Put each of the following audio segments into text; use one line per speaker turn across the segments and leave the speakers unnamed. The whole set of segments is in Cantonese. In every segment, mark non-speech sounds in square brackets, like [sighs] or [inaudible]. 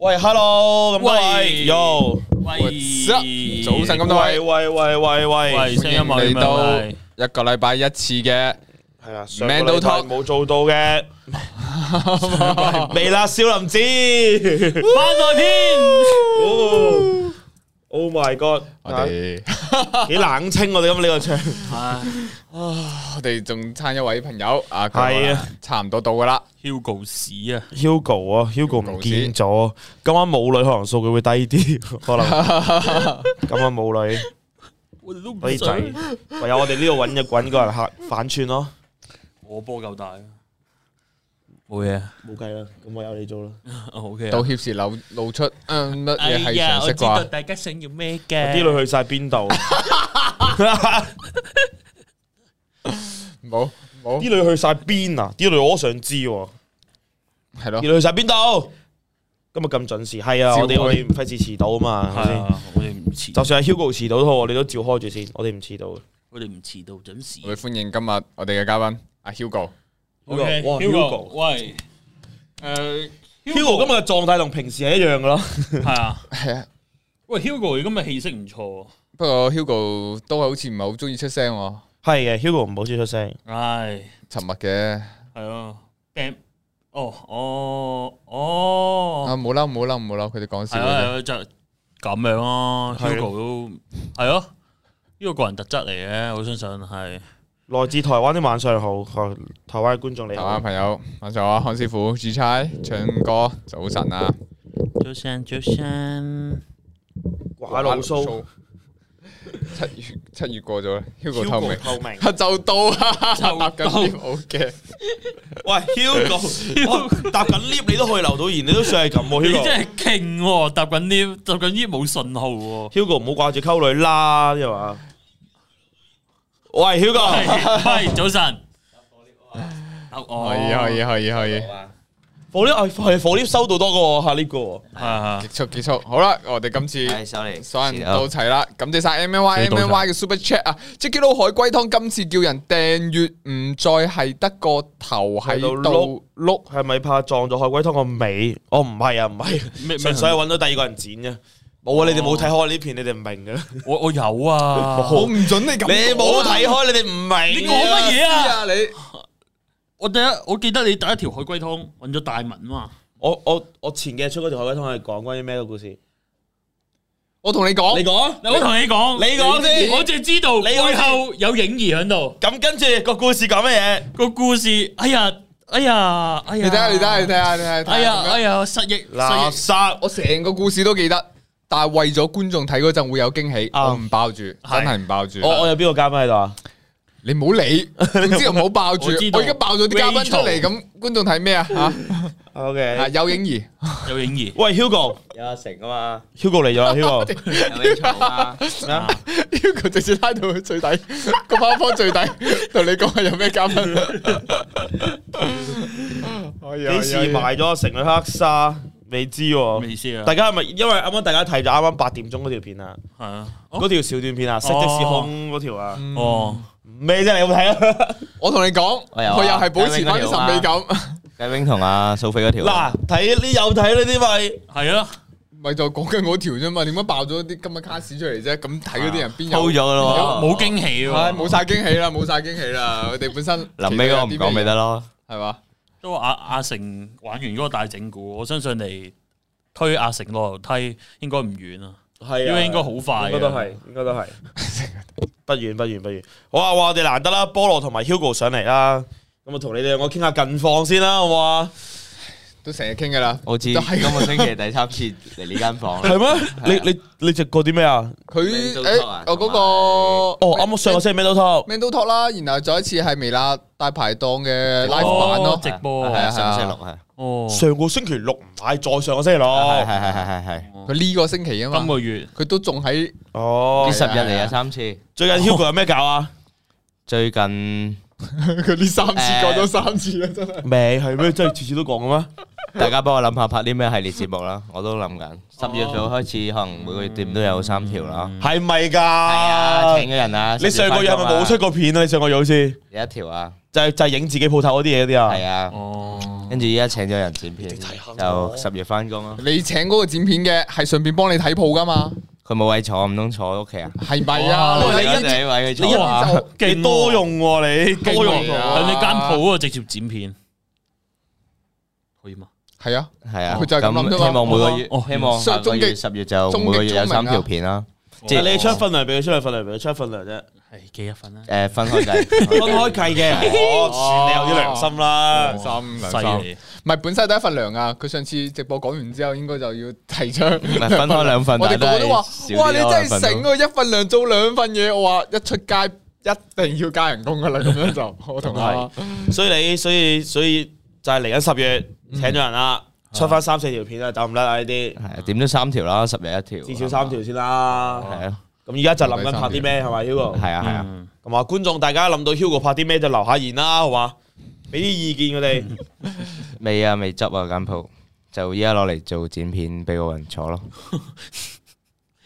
喂，hello，咁多位
喂
，yo，
喂，
早晨咁多
喂喂
位，
喂喂
喂，
喂，
聲音冇
嚟到
咁樣，
一個禮拜一次嘅，
系啦，上個
Man
禮
Talk
拜冇做 [laughs] 到嘅，微辣少林寺
翻到天，
哦，Oh my God，
我哋
幾冷清我哋咁呢個場，
我哋仲差一位朋友啊，
係啊，
差唔多到噶啦，
Hugo 屎啊！
[laughs] Hugo 啊，Hugo 唔
Hugo
見咗，今晚冇女可能數據會 [laughs] 低啲，可能今晚冇女，
我哋都
所以仔，唯有我哋呢度揾一揾個人客反串咯，
我波夠大，啊冇嘢啊
冇計啦，咁我有你做啦，
，OK
道
啊。
歉時流露出嗯
哎
乜嘢係常識啩？
大家想要咩嘅
啲女去晒邊度？
冇冇
啲女去晒邊啊？啲女我都想知喎，
係咯
啲，女去晒邊度？今日咁準時，係啊，
照
我哋
開
我哋唔費事遲到啊嘛，係咪
係
先？
啊，我哋唔遲，
就算係 Hugo 遲到都好，我哋都照開住先，我哋唔遲到嘅。
我哋唔遲到準時。
我哋歡迎今日我哋嘅嘉賓阿 Hugo，
Hugo，哇
Hugo，
Hugo，
喂，誒
Hugo 今日嘅狀態同平時係一樣噶咯，
今係啊，
係啊，
喂 Hugo 你今日氣色唔錯喎，
不過 Hugo 都好似唔係好中意出聲喎，
係嘅，Hugo 唔好先出聲，
唉。
沉默嘅，
係啊，病哦哦哦，
啊冇嬲冇嬲冇嬲，佢哋講笑
係
嘅
啊
啫
係啊，就咁樣咯。
係
Hugo 都係咯，呢個個人特質嚟嘅，我相信係
來自台灣的晚上好，台台灣嘅觀眾你啊好
台灣。朋友，晚上好，康師傅、主差、唱歌，早晨啊！
早晨早晨，
寡老蘇
七月七月過咗啦，Hugo 透
，Hugo
明，
透明。
啊就到啊，
就
搭
到
緊 lift 好嘅，
喂，Hugo，搭緊 lift 你都可以留到言，你都算係咁喎
你
，Hugo。
真係勁喎！搭緊 lift，搭緊 lift 冇信號喎。
Hugo 唔好掛住溝女啦，係嘛？喂
係
，Hugo。
係早晨，搭我
可以可以可以可
啊
以，
火 lift 係火 lift 收到多過下 lift 嘅
係啊
結束結束，好啦，我哋今次。
系收嚟，
所有人到齊啦，感謝晒 M N Y
你
M
到齊
N Y 嘅 Super Chat 啊！Jacky Lou 海龜湯今次叫人訂閱，唔再係得個頭喺度碌，
係咪怕撞咗海龜湯個尾？我唔係啊，唔係， [laughs]
咩咩
純粹係揾到第二個人剪啫。冇啊！你哋冇睇開呢片，你哋唔明 [laughs] 嘅。
我我有
[laughs]
啊，
我唔准你咁講啊，
你冇睇開，你哋唔明。
你講乜嘢啊？
啊你！
我第一我記得你第一條海龜湯揾咗大文嘛，
我我我前幾日出嗰條海龜湯係講關於咩嘅故事？
我同你講，
你講，
我同你講，
你講先
我淨係知道
你講
背
先
後有影兒喺度。
咁跟住個故事講乜嘢？
個故事，哎呀，哎呀，哎呀，
你睇下，你睇下，你睇下，你睇下，你睇下
哎呀，
咁樣
哎呀，失憶，
垃
失憶，
圾！
我成個故事都記得，但係為咗觀眾睇嗰陣會有驚喜，
啱
我唔爆住，真係唔爆住。
我我有邊個嘉賓喺度啊？
你唔好
[laughs]
理，總之唔好爆住
我知。道
我而家爆咗啲嘉賓出
Rachel
嚟，咁觀眾睇咩啊？吓啊，
OK，
有影
[laughs]
兒，
有影兒，
喂，Hugo，Hugo
有阿成啊嘛，
嚟咗啦，Hugo 啊 [laughs]
有咩嘈啊？
咩啊？
呢個直接拉到去最底，個包方最
[laughs]
底，同你講係有咩嘉賓。可以啊
幾時？埋咗成女黑沙？未知喎。
咩意思啊？
大家係咪因為啱啱大家睇咗啱啱八點鐘嗰條片啊？
係啊，
嗰
哦
條小短片啊，色即是空嗰條啊，
哦，
咩啫？你有冇睇啊？
我同你講，
我有啊
佢又係保持翻啲神秘
哎
感，
雞 wing 同阿蘇菲嗰
[laughs]
條，
嗱，睇呢有睇呢啲咪
係啊，
咪就講緊嗰條啫嘛？點解爆咗啲咁嘅卡士出嚟啫？咁睇嗰啲人邊有
鋪咗？噶咯
啊冇驚喜
唉，
喎，
冇晒驚喜啦，冇晒驚喜啦！我哋本身
喎，臨尾嗰個唔講咪得咯，
係嘛？
都話阿阿成玩完嗰個大整蠱，我相信你推阿成落樓梯應該唔遠啊，
係
因
啊，
為應該好快，
應該都，係，應該都 [laughs] 係。不遠不遠不遠，好啊！哇，我哋難得啦，菠蘿同埋 Hugo 上嚟啦，咁啊，同你哋兩個傾下近況先啦，好唔好啊？
都成日傾噶啦，
我知
都
今
係
個星期第三次嚟呢間房，
係啊咩？你你你直過啲咩啊？
佢
你做
誒
talk 啊
我嗰個
哦，啱啱上個星期咩都 talk，
Man Do Talk 啦，然後再一次係微辣大排檔嘅 live 版
哦
咯，
直播
係啊，上星期六係，
哦，
上個星期六唔係，再上個星期六。
係係係係係，
佢呢個星期
今
啊嘛，
個月
佢都仲喺
哦
呢，十日嚟啊三次，
最近 Hugo 有咩搞啊？
最近
[laughs] 佢呢三次講咗三次啦，真係
未係咩？真係次次都講嘅咩？
大家幫我諗下拍啲咩系列節目啦，我都諗緊，十月份開始可能每個店都有三條啦，
係咪
係啊，請
㗎？
咗人啊，
你上個月係
à?
咪冇出過片啊？你上個月好似
Dạ, 有一條啊？à.
À.
就係就係影自己鋪頭嗰啲嘢嗰啲啊？
係啊，
哦，
跟住依家請咗人剪片，
你睇下我
就十月翻工咯。
你請嗰個剪片嘅係順便幫你睇鋪噶嘛？
佢冇位坐，唔通坐屋企啊？
係咪啊？
哇
我
你睇
哋嗰
呢啲
陣位佢
你一
坐啊，
就
你多用喎，你多用
勁
喺
喎
喎
你間鋪啊，直接剪片可以嘛？
係啊，
係啊，
佢就係咁諗啫嘛
希望每個月
哦，
希望下個
終
月
極
十月就每個月有三條片啦。
[laughs]
即
但
係
啊係你出份量俾佢，出份量俾佢，出份量啫，
係幾多份啊？
誒，分開計，
分開計嘅。 [laughs] 哦，算你有啲良心啦。
心良心
犀利，
唔係本身係得一份糧啊！佢上次直播講完之後，應該就要提倡。
唔係分開兩
[laughs]
份，
我哋
但係
個個
都
都話：
係
哇！你
少啲咯
真係
兩份都
醒喎，一份糧做兩份嘢。我話一出街一定要加人工噶啦，咁樣就我同阿
所以你所以所以就係嚟緊十月請咗人啦，出翻三四條片啊，走唔甩啊呢啲，
係啊點都三條啦，十日一條，
至少三條先啦。
係啊，
咁而家就諗緊拍啲咩係咪 Hugo？
係啊，係啊。
嗯
同埋觀眾大家諗到 Hugo 拍啲咩就留下言啦，好嘛？俾啲意見佢哋。
未啊，未執啊間鋪，就依家攞嚟做剪片俾個人坐咯。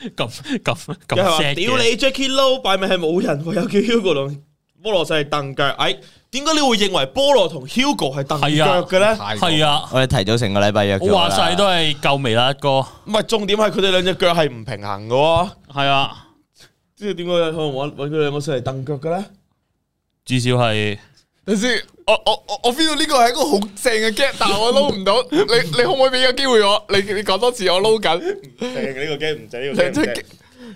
咁咁咁
佢係話
sad 嘅
屌你 Jackie Lou 擺明係冇人喎，又叫 Hugo 同菠蘿細係蹬腳。哎，點解你會認為菠蘿同 Hugo 係蹬腳嘅咧？
泰國
係啊！
我哋提早成個禮拜約咗
我
啦
話晒都係夠微啦，哥
唔係重點係佢哋兩隻腳係唔平衡嘅喎，
係啊，
即係點解可能揾揾佢兩個上嚟蹬腳嘅咧？
至少係
等先，我我我我 feel 到呢個係一個好正嘅 get，但係我撈唔到。 [laughs] 你你可唔可以俾個機會我？你你講多次，我撈緊。
呢個 game 唔制，呢
你真係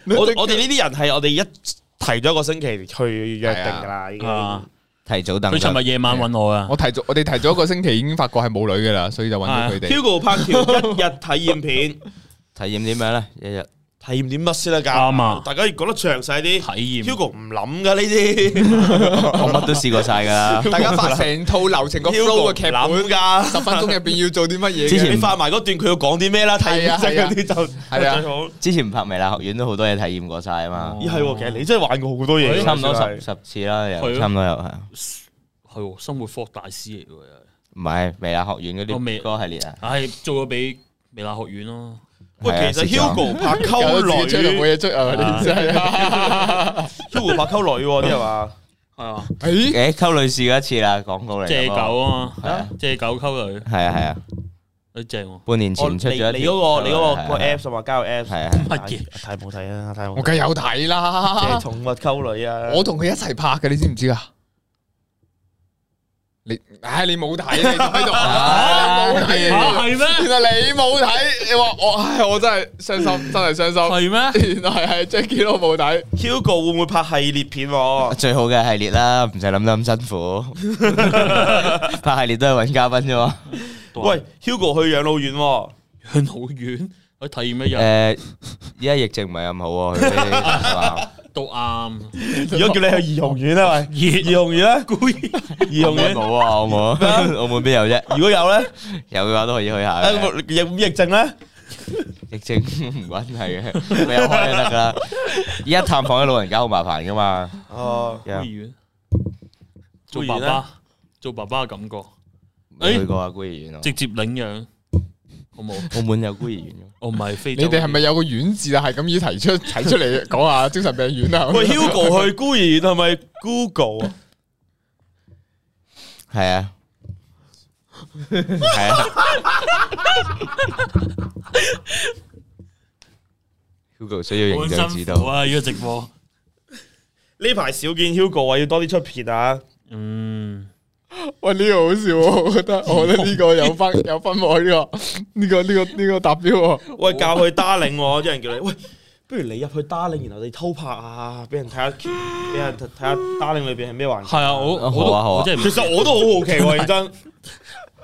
我我哋呢啲人係我哋一提咗一個星期去約定㗎啦，已經。
啊！
提早等
佢尋日夜晚揾我啊，
我提早，我哋提早一個星期已經發覺係冇女噶啦，所以就揾咗佢哋。
Hugo 拍條一日體驗片， [laughs]
體驗啲咩咧？一日 [laughs]
體驗啲乜先得㗎？
啱啊
大家要講得詳細啲
體。驗
Hugo 唔諗㗎呢啲，
我乜都試過晒㗎啦。
大家發成套流程個 flow 嘅劇本，
本㗎。
十分鐘入邊要做啲乜嘢嘅？
之前
你發埋嗰段佢要講啲咩啦？體驗式嗰啲就
係啊
最好。
之前拍微辣學院都好多嘢體驗過晒啊嘛，
咦係喎，其實你真係玩過好多嘢，
差唔多
算
十
係
十次啦，
係
又
咯
差唔多又係。
係喎生活科學大師嚟嘅，
唔係微辣學院嗰
我未
啲歌系列啊，
唉做咗俾微辣學院咯，
係
喂，
啊
其實
識咗
Hugo 拍
[laughs] 有
溝
自己出嚟冇
女
嘢出啊！你真係
[laughs] ，Hugo 拍溝女喎，啲係嘛？
係啊，
誒
誒溝女試過一次啦，廣告嚟㗎喎。
借狗啊
係啊
嘛，借狗溝女，
係啊係啊，
你正喎，
半年
我
嗯前出咗一條
哦你你嗰個你嗰
係啊
個個
係啊
Apps 啊嘛，交友 Apps
係啊係啊
乜嘢？
太冇睇啦，太冇
我
睇。
梗係有睇
即係
啦，
寵物溝女啊！
我同佢一齊拍嘅，你知唔知啊？你唉，你冇
[laughs]
睇，你喺度，唉你冇睇，
嚇係咩？
原來你冇睇，你話我唉，我真係傷
[laughs]
心，真係傷
係咩？
心。原來係 Jackie 都冇睇，
Hugo 會唔會拍系列片
[laughs]
喎？
最好嘅系列啦，唔使諗得咁辛苦。拍系列都係揾嘉賓啫喎。
喂，Hugo 去養老院喎，
養老院，我體驗一日
誒，依家疫情唔係咁好喎，佢啲係嘛
都啱，
如果叫你去兒童院咧，
[laughs]
喂，兒兒童
[laughs]
院咧，孤兒兒童院，
冇啊，澳 [laughs] 門澳門邊有啫？
如果有咧，
有嘅話都可以去下嘅。
誒疫疫症咧，
疫情 [laughs] 唔關係嘅，佢有開就得噶啦。依家探訪啲老人家好麻煩噶嘛。
哦，
孤
Dạ.
兒院，做
孤兒
爸
院
爸，做爸爸嘅感覺，
未去過啊孤兒院啊，
直接領養，好冇？
澳門有孤兒院㗎。
我唔係非洲
你哋係咪有個院字啊？係咁要提出 [laughs] 提出嚟講下精神病院啊？
喂，Hugo 去孤兒院係咪 Google 啊？
係啊，係啊。Hugo 需要
好
形象指
辛
導
苦，啊！呢個直播，
呢排少見 Hugo 啊，要多啲出片啊！
嗯，
喂，呢個好笑喎，我
[laughs]
覺得，我覺得呢個有分有分喎，呢個呢個呢個呢個達標喎。
喂，教佢 Darling 喎，有人叫你喂，不如你入去 Darling，然後你偷拍啊，俾人睇下，俾人睇下 Darling 裏邊係咩環境。
係啊，我我都
好啊好啊
我真係唔
其實我都好好奇 [laughs] 喎，認真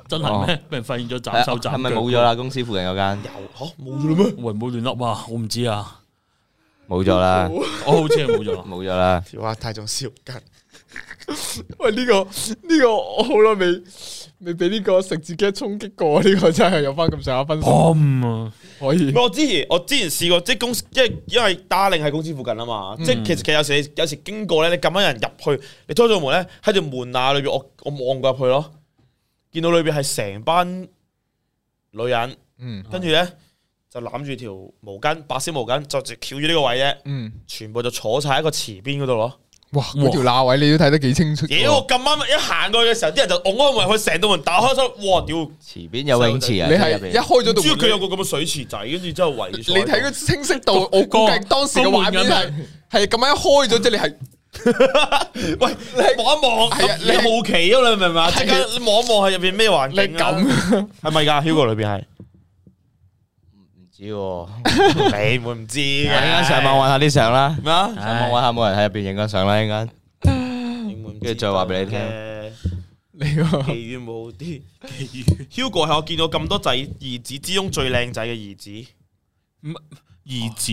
真係咩？俾人發現咗斬手斬腳
係咪冇咗？啦？公司附近有間
有嚇冇咗啦咩？
喂，唔好亂笠啊！我唔知啊，
冇咗啦，
我好似係冇
[laughs]。
咗
冇咗啦。
哇！太仲笑緊。
喂，呢、個呢、個我好耐未未俾呢個食字 g 衝擊過，呢、個真係有翻咁上下分數，
砰啊！
可以
唔係我之前我之前試過，即係公司，因為因為 Darling 喺公司附近啊嘛，
嗯
即係其實其實有時有時經過咧，你撳緊人入去，你推咗門咧喺條門罅裏邊，我我望過入去咯，見到裏邊係成班女人，
嗯
跟住咧就攬住條毛巾，白色毛巾，就直翹住呢個位啫，
嗯，
全部就坐晒喺個池邊嗰度咯，
哇！嗰條罅位你都睇得幾清楚。
屌咁啱一行過去嘅時候，啲人就㧬開埋佢成道門打開咗，哇屌！唔
前邊有泳池啊，
你
即係入
係
邊
一開咗度
知
門，
佢有個咁嘅水池仔，跟住之後圍住。
你睇個清晰度，我估計當時嘅畫面
個
係係咁樣一開咗啫，你係
喂，你望一望，
係啊
你好奇啊，你明唔明啊？即刻望一望係入邊咩環
你
境啊？
咁
係咪㗎？Hugo 裏邊係
唔知喎，
你會唔知
一
嘅？
間啊上網揾下啲相啦，
咩啊？
上網揾下冇人喺入邊影緊相啦，一間跟住再話俾你聽
你個
奇遇冇啲 Hugo 係我見到咁多仔兒子之中最靚仔嘅兒子，
兒子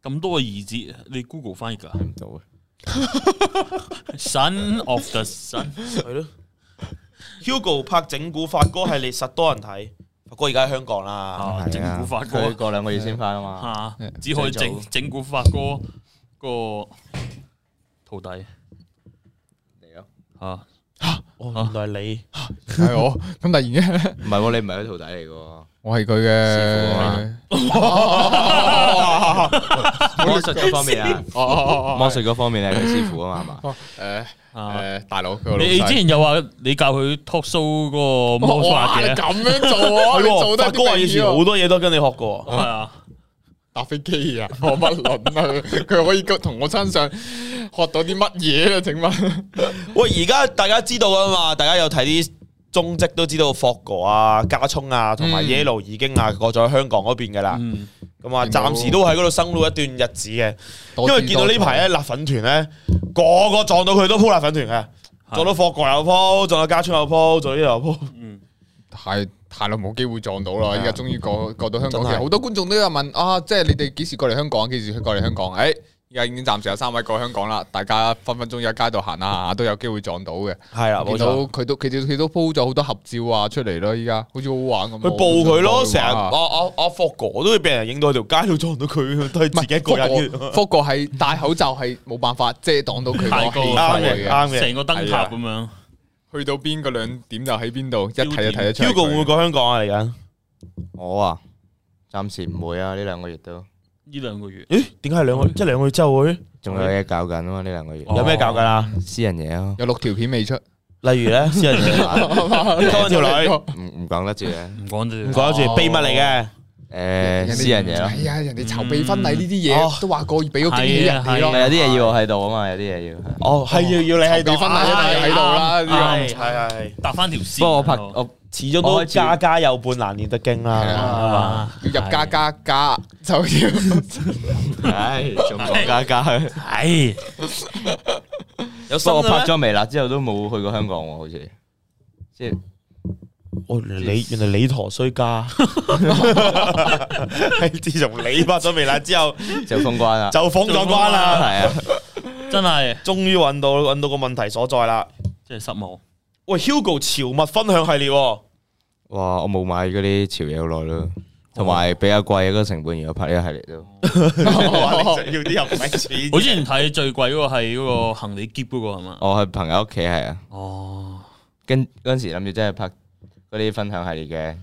咁多個兒子，你 Google 翻譯㗎
睇唔到嘅。
？Son of the Sun，
係咯。Hugo 拍整蠱發哥系列實多人睇，發哥而家喺香港啦，
啊，整蠱法
佢
哥
過兩個月先翻啊嘛，
吓
嗯，
只可以整整蠱法哥個徒弟啊
嚟咯
吓，
哦，原來係你
係我咁突然嘅，
唔係喎，你唔係佢徒弟嚟嘅喎，
我係佢
師傅
嘅
啊。魔術嗰方面啊，
哦哦
[laughs]
哦
魔術嗰方面係佢師傅啊嘛，
哦，誒 [laughs]
啊
誒，大佬佢個老
你你之
細。
前又話你教佢 talk show 嗰個魔
[laughs] 哇！
法
你
嘅，
咁樣做啊？
係
你
喎，
做得
發哥話以前好
多
多嘢都跟你學過。
係啊，
搭啊飛機啊，我乜輪啊？佢可以同我身上學到啲乜嘢啊？請問
喂，而家大家知道啊嘛，大家有睇啲蹤跡都知道霍哥啊、加聰啊同埋
嗯
Yellow 已經啊過咗香港嗰邊噶啦，
嗯，
咁啊
勁到
暫時都喺嗰度生活一段日子嘅，因為見到呢排咧辣粉團咧個個撞到佢都鋪辣粉團嘅，撞到霍哥又鋪，撞到加聰又鋪，撞到 Yellow 又鋪，
太太耐冇機會撞到啦，依家終於過過到香港
啊真係
嘅，好多觀眾都有問啊，即係你哋幾時過嚟香港？幾時過嚟香港？誒，而家已經暫時有三位過香港啦，大家分分鐘喺街度行下行下 [laughs] 都有機會撞到嘅。
係啊啦冇
見到
錯。
佢都佢哋佢都 po 咗好多合照啊出嚟咯，依家好似好好玩啊咁。
佢報佢咯，
我
成日
好
阿
想
阿阿霍哥都會俾人影到喺條街度撞到佢，都係自己一個人
唔係
嘅。
福哥係戴口罩係冇辦法遮擋到佢
太
個
高
氣
啱
氛
嘅，
嘅。
啱嘅
成。個燈塔咁樣，
去到邊個兩點就喺邊度，一睇就睇得出嚟佢。
Hugo 會唔會過香港啊？嚟緊？
我啊，暫時唔會啊，呢兩個月都
呢兩個月
咦？點解係
嗯
兩個一兩個月之後會
仲有嘢搞緊啊嘛，呢兩個
哦
月
有咩搞緊啊？
私人嘢啊，
有六條片未
[laughs]
出？
例如咧，私人嘢。
[laughs] 溝
條女
唔唔講得住 [laughs] 嘅，
唔講住
唔。講住秘密嚟
啊
嘅，
誒私人嘢咯。
係啊，人哋籌備婚禮呢啲
嗯哦
嘢都話過要俾個驚喜人哋
係啊係啊
咪
咯。
有啲嘢要我喺度啊嘛，有啲嘢要。
哦，係要要你喺度
籌備婚禮
啊
一定要喺度啦。呢個
啱
係係係，
啊搭翻條線。
不過我拍 [laughs] 我
始終都家家有本難念的經
係
啦
啊。要入家家家就要
唉，仲講家家 [laughs] 去。
唉，
有
不過
新
我
拍
拍
咗，
咗微辣之後都冇去過香港喎，好似即係
哦，你原來你陀衰家， [laughs] 係自從你拍咗微辣之後，
就封關 [laughs] 啦。
就封咗關啦。
係啊，
真係
終於揾到揾到個問題所在啦。
真係失望。
喂，Hugo 潮物分享系列 [laughs] 喎，
哇！我冇買嗰啲潮嘢好耐啦，同埋比較貴嗰個成本，如果拍呢個系列都。
哇你想要啲人唔使錢
我之前睇最貴嗰個係嗰個行李篋嗰個係嘛？
我去朋友屋企係啊，
哦，
跟嗰陣時諗住真係拍嗰啲分享系列嘅，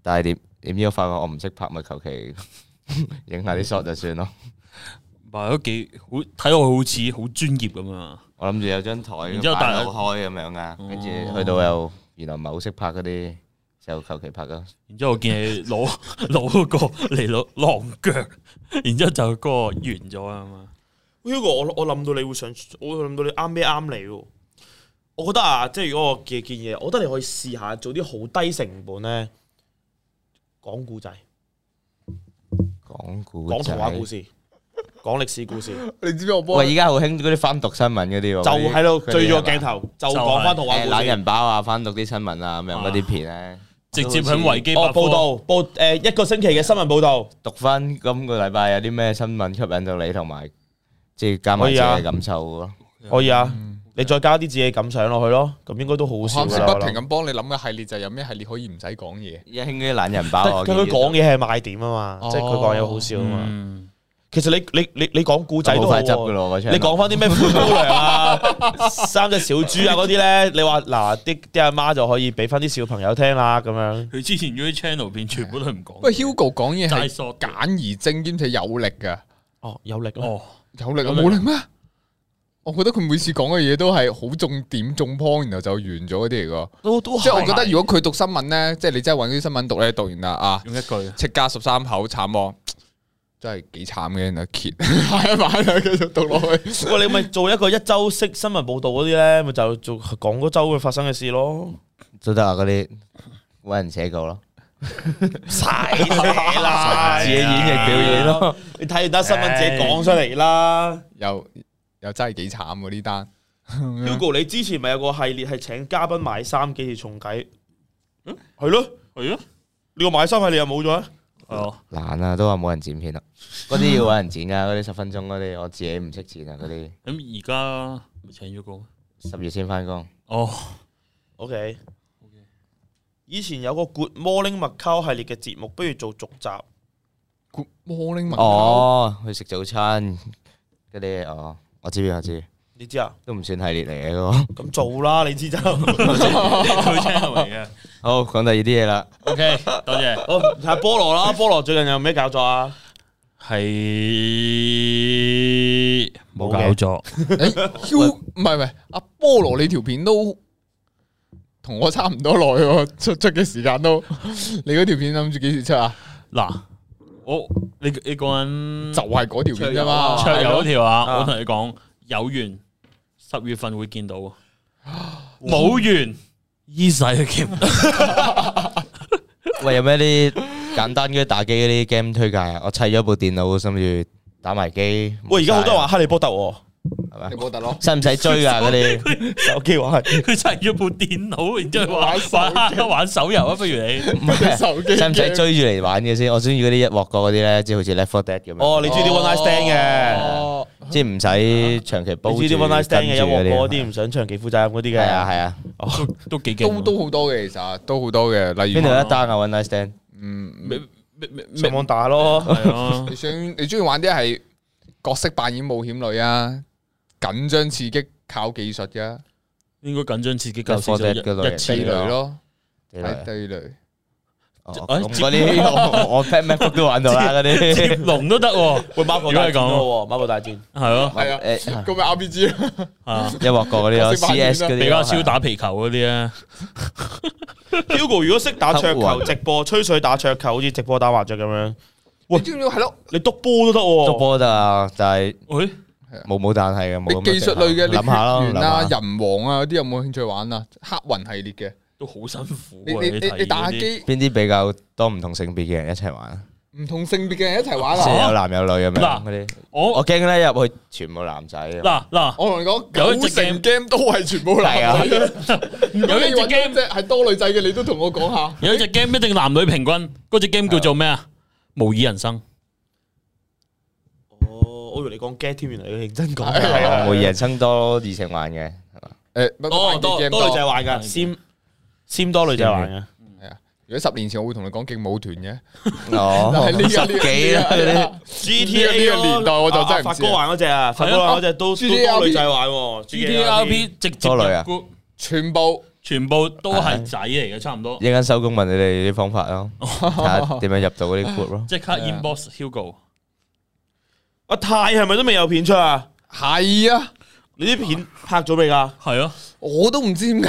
但係點點知我發覺我唔識拍，咪求其 [laughs] 影下啲 shot 就算咯。
買咗幾好，睇落好似好專業咁啊！
我諗住有張台，
然
然
之
之
後
後
但
大
係
路開咁樣啊，跟住
哦
去到又原來唔係好識拍嗰啲，就求其拍咯。
然之後我見你攞 [laughs] 攞嗰個嚟攞浪腳，然之後就嗰個完咗啊嘛。
Hugo，我我諗到你會想，我諗到你啱咩啱你喎。我覺得啊，即係如果我嘅建議，我覺得你可以試下做啲好低成本咧，講故仔，
講古
講童話故
事。
[laughs] 事，講歷史故事，
你知唔知我幫
喂，而家好興嗰啲翻讀新聞嗰啲喎，
就喺度追咗個鏡
鏡
頭，就講翻童話
誒懶
故事。
人包啊，翻讀啲新聞啊咁樣嗰啲片咧，
直接喺維基
哦
百，科
報道報誒一個星期嘅新聞報道，
讀翻今個禮拜有啲咩新聞吸引到你，同埋即係加埋
可
自
以
己
啊
嘅感受咯。
可以啊，你再加啲自己感想落去咯，咁應該都好
嗯我
少㗎
啱先
啦。
不
我
停
諗
咁幫你諗嘅系列就係有咩系列可以唔使講嘢？
而家興嗰啲懶人包
但
啊，
但佢講嘢係賣點啊嘛，即係佢講嘢好笑啊
哦
嘛。
嗯，
其實你你你你講故仔
仔
都
好
好
快執
喎
噶。咯，嗰
你講翻啲 [laughs] 咩灰姑娘啊、三隻小豬啊嗰啲咧，你話嗱啲啲阿媽就可以俾翻啲小朋友聽啦，咁樣
佢之前嗰啲 channel 片全部都係唔講。
喂，Hugo 講嘢係
齋索
簡而精兼且有力噶，
哦有力咯。
哦，
有力啊
有力
冇力咩？我覺得佢每次講嘅嘢都係好重點中 point，然後就完咗嗰啲嚟噶。
都都
即係我覺得如果佢讀新聞咧，即係你真係揾啲新聞讀咧，讀完啦啊，
用一句
戚家十三口慘亡，真係幾慘嘅。然後揭 [laughs] 下一版啊，繼續讀落去。
喂，你咪做一個一周式新聞報導嗰啲咧，咪就做講嗰周會發生嘅事咯。
都得啊，嗰啲搵人寫稿咯，
晒 [laughs] 啦，
自己演繹表演咯，
你睇完單新聞自己講出嚟啦。
又又真係幾慘喎呢單。
嗯
Hugo，你之前咪有個系列係請嘉賓買衫，幾時重啟？嗯，係咯，
係咯，
你個買衫系列又冇咗啊？
係咯，
難啊，都話冇人剪片啦，嗰啲要搵人剪噶，嗰啲十分鐘嗰啲，我自己唔識剪啊，嗰啲
咁而家咪請咗個咩
十月先翻工，
哦，
OK，以前有個 Good Morning Macau 系列嘅節目，不如做續集。
Good morning，文哦，
哦，去食早餐嗰啲，哦，我知我知，
你知啊？
都唔算系列嚟嘅嗰個
咁做啦，你知就好。
佢 channel 嚟嘅。
好，講第二啲嘢啦，
OK，多謝。
睇菠蘿 [laughs] 啦，菠蘿最近有咩搞作啊？
系冇
冇嘅
搞作，
Q 唔係唔係，阿菠蘿你條片都同我差唔多耐喎，出出嘅時間都。你嗰條片諗住幾時出啊？
嗱，我你你讲紧
就係嗰條片啫嘛，
桌
係
游嗰
咯
條
啊
啊，我同你講有緣十月份會見到，冇緣依世都見唔到。
喂，有咩啲
[laughs]
簡單嘅打機嗰啲 game 推介啊？我砌咗部電腦，甚至打埋機，啊
喂，而家好多人話哈利波特喎，
係咪
你？冇得咯。
使唔使追啊噶
[laughs]
嗰啲？
手機話係。
佢砌咗部電腦，然之后 [laughs] 玩
玩
玩玩手遊啊，不如你
唔
[laughs]
係
手機
使唔使追住嚟玩嘅先？我中意嗰啲一鑊過嗰啲咧，即係好似 Left 4 Dead 咁樣。
哦，你中意啲 One Night Stand 嘅，
哦
即係唔使長期煲住
你中意啲 One Night Stand 嘅，有
跟住
鑊
嗰
嗰啲啊唔想長期負責任嗰啲
係啊
嘅。
係啊，
[laughs] 都幾啊
都
勁。
都好多嘅，其實都好多嘅。例
邊
如
度，有一單啊？One Night Stand
嗯，
咩咩咩咩
上網打咯，
係啊
你想你中意玩啲係角色扮演冒險類啊，緊張刺激靠技術嘅
應該緊張刺激夠
就 Fortnite 嗰類
一一
地
次啊
雷
咯。
咯，
地雷
係
啊
地雷。
哦
哎
咁嗰啲我我 Pat MacBook 都玩到啦，嗰
接
啲
龍都得喎， [laughs]
喂，孖寶
如果
大
係
戰
咁
咯喎，孖寶大戰。
係咯，
係啊，
誒
咁咪 RPG 咯
係啊，
一鑊過嗰啲咯
角色扮演啊
，CS 嗰啲咯
比較少打皮球嗰啲啊咧，
Hugo 如果識打桌球直播，吹水打桌球，好似直播打麻雀咁樣，喂
你知唔知係咯？
你督波都得喎。
捉波得啊，但係
喂，
冇冇彈係嘅，
你
冇咁啊
技術類嘅，你
諗下咯，
血
諗
緣啊、
下
人王啊嗰啲有冇興趣玩啊？黑雲系列嘅，
都好辛苦
你
啊！
你你
睇
你打
嗰啲
機
邊啲比較多唔同性別嘅人一齊玩啊，
唔同性別嘅人一齊玩
即係 [laughs]
啊！
有男有女咁樣
嗱
嗰啲。
我
我驚咧入去全部男仔啊。
嗱嗱。
我同你
有
講，
一
九
隻
成 game 都係全部男
係啊
仔 [laughs] 嘅。如果
有一
你
隻
揾
game 哦
即係多女仔嘅，你都同我講下。
有一隻 game 一定男女平均，嗰隻 game 叫做咩啊？模擬人生，
哦，我以為你講 get 添，原來要認真講。
係係係
我人生多異性玩嘅，
誒，
哦，
玩啲
多
game
多女仔玩噶，先先多女仔玩嘅。
如果十年前我會同你講勁舞團嘅，
哦
但係呢，個
十幾啦嗰啲，
呢個
GTA
呢個年代我就真係唔知啊
發哥玩嗰只啊，發哥玩嗰只都都
GTRP
多女仔玩喎。
G T R P 直接
多女啊
入 group，
全部
全部都係仔嚟嘅，差唔多
一。間收工問你哋啲方法咯，睇下點樣入到嗰啲 group 咯。
即刻 inbox Hugo，
阿泰係咪都未有片出啊？
係啊！
你啲片拍咗未㗎？
係咯。
我都唔知 [laughs] 點解，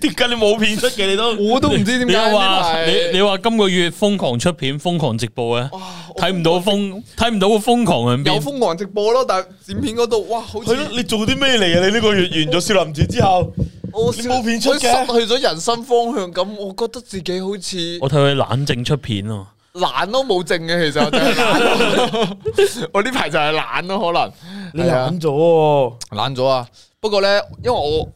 點解你冇片出嘅？你都
我都唔知點
你
解
又
呢
話
排。
你你話今個月瘋狂出片、瘋狂直播嘅，睇唔到瘋睇唔到個瘋狂喺
有
邊。
瘋狂直播咯，但係剪片嗰度，哇，好
係
似
咯，你做啲咩嚟嘅？你呢個月完咗少林寺之後，
我
你冇片出嘅
我失去咗人生方向咁，我覺得自己好似
我睇佢冷靜出片
[laughs]
啊，
懶都冇剩嘅，其實我真係懶我呢排就係 [laughs] 懶咯，可
你
能係啊
懶咗喎。
懶咗啊。不過咧，因為我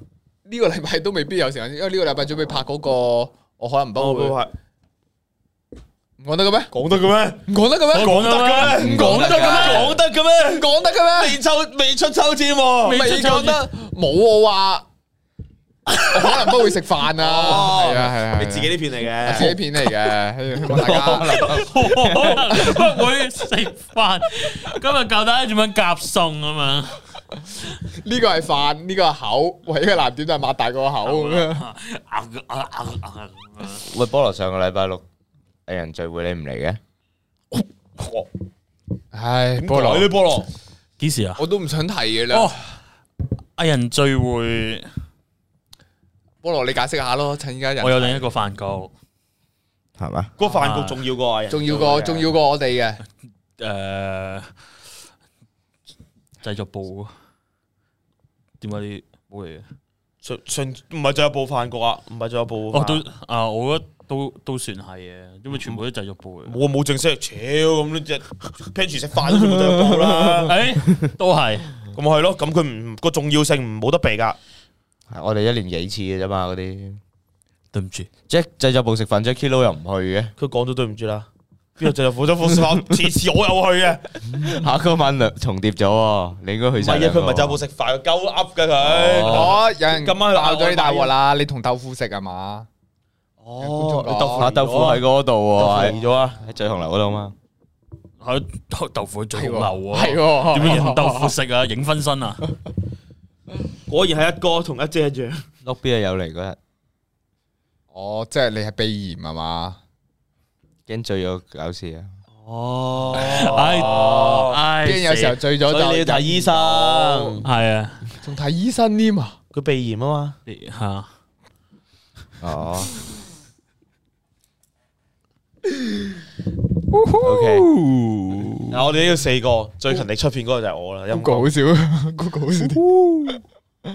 呢個禮拜都未必有時間，因為呢個禮拜準備拍嗰個，我可能
我
不會唔講得嘅咩？
講得嘅咩？
唔講得嘅咩？
講得嘅
咩
唔講得㗎
講得嘅咩？
唔講得嘅咩？
未抽未出抽签喎，
未
未講得，冇我話，我可能不會食飯 [laughs] 啊。係啊係啊，係啊
你自己啲片嚟
自
嘅。
己片嚟嘅，希望大 [laughs] 家
不 [laughs] 會食飯。今日教大家點樣夾餸啊嘛。
呢個係飯，呢個係口，唯一嘅難點就係擘大個口咁樣。 [laughs]
喂，菠蘿上個禮拜六藝人聚會你唔嚟嘅？
唉，
菠
菠
蘿，啲
蘿，
菠蘿，
幾時啊？
我都唔想提嘅啦
哦。藝人聚會，
菠蘿，你解釋下咯，趁依家人
我有另一個飯局，
系嘛？
個飯局重要過藝人，
重要過重要過我哋嘅，
诶，製作部點解啲冇嚟嘅？
純純唔係就有部飯局啊，唔係就有部飯
哦，都啊，我覺得都都算係嘅，因為全部都製作部嘅。
我冇正式，超咁呢只 p a t 食飯都全部都有報 [laughs] 啦，
诶，都係
咁係咯，咁佢唔個重要性唔冇得避㗎。
我哋一年幾次嘅啫嘛，嗰啲。
[laughs] 對唔住，
Jack 製作部食飯，Jackie Lou 又唔去嘅。
佢講咗對唔住啦，邊度就有火咗火 [laughs] 飯，次次我有去嘅。
下嗰晚兩重疊咗喎，你應該去
唔
晒
係啊，
兩
佢
個
唔係就部食飯，佢鳩噏嘅
哦
佢。
哦，有人
今晚去
爆咗
嗌
你大
外賣
鑊啦，你同豆腐食係嘛？
哦
你
豆
豆
腐
腐
啊豆腐喺嗰度喎，
嚟
喺
咗啊！
喺醉紅樓嗰度嘛。
喺豆腐最
係
流
喎，
啊！
係喎，
點樣認豆腐食 [laughs] 啊？影分身啊？
果然係一哥同一姐一樣，
碌 B 啊有嚟嗰日，
哦，即係你係鼻炎係嘛？
驚醉咗搞事啊！
哦，
唉，
驚有時候
死
醉咗就
所以你要睇醫生
飲唔
係啊，
到，仲睇醫生添啊！
佢鼻炎啊嘛，
吓
哦。O
嗱我哋呢度四個最勤力出片嗰個就係我啦，陰
Google
公
好少，Google [laughs] 好少啲。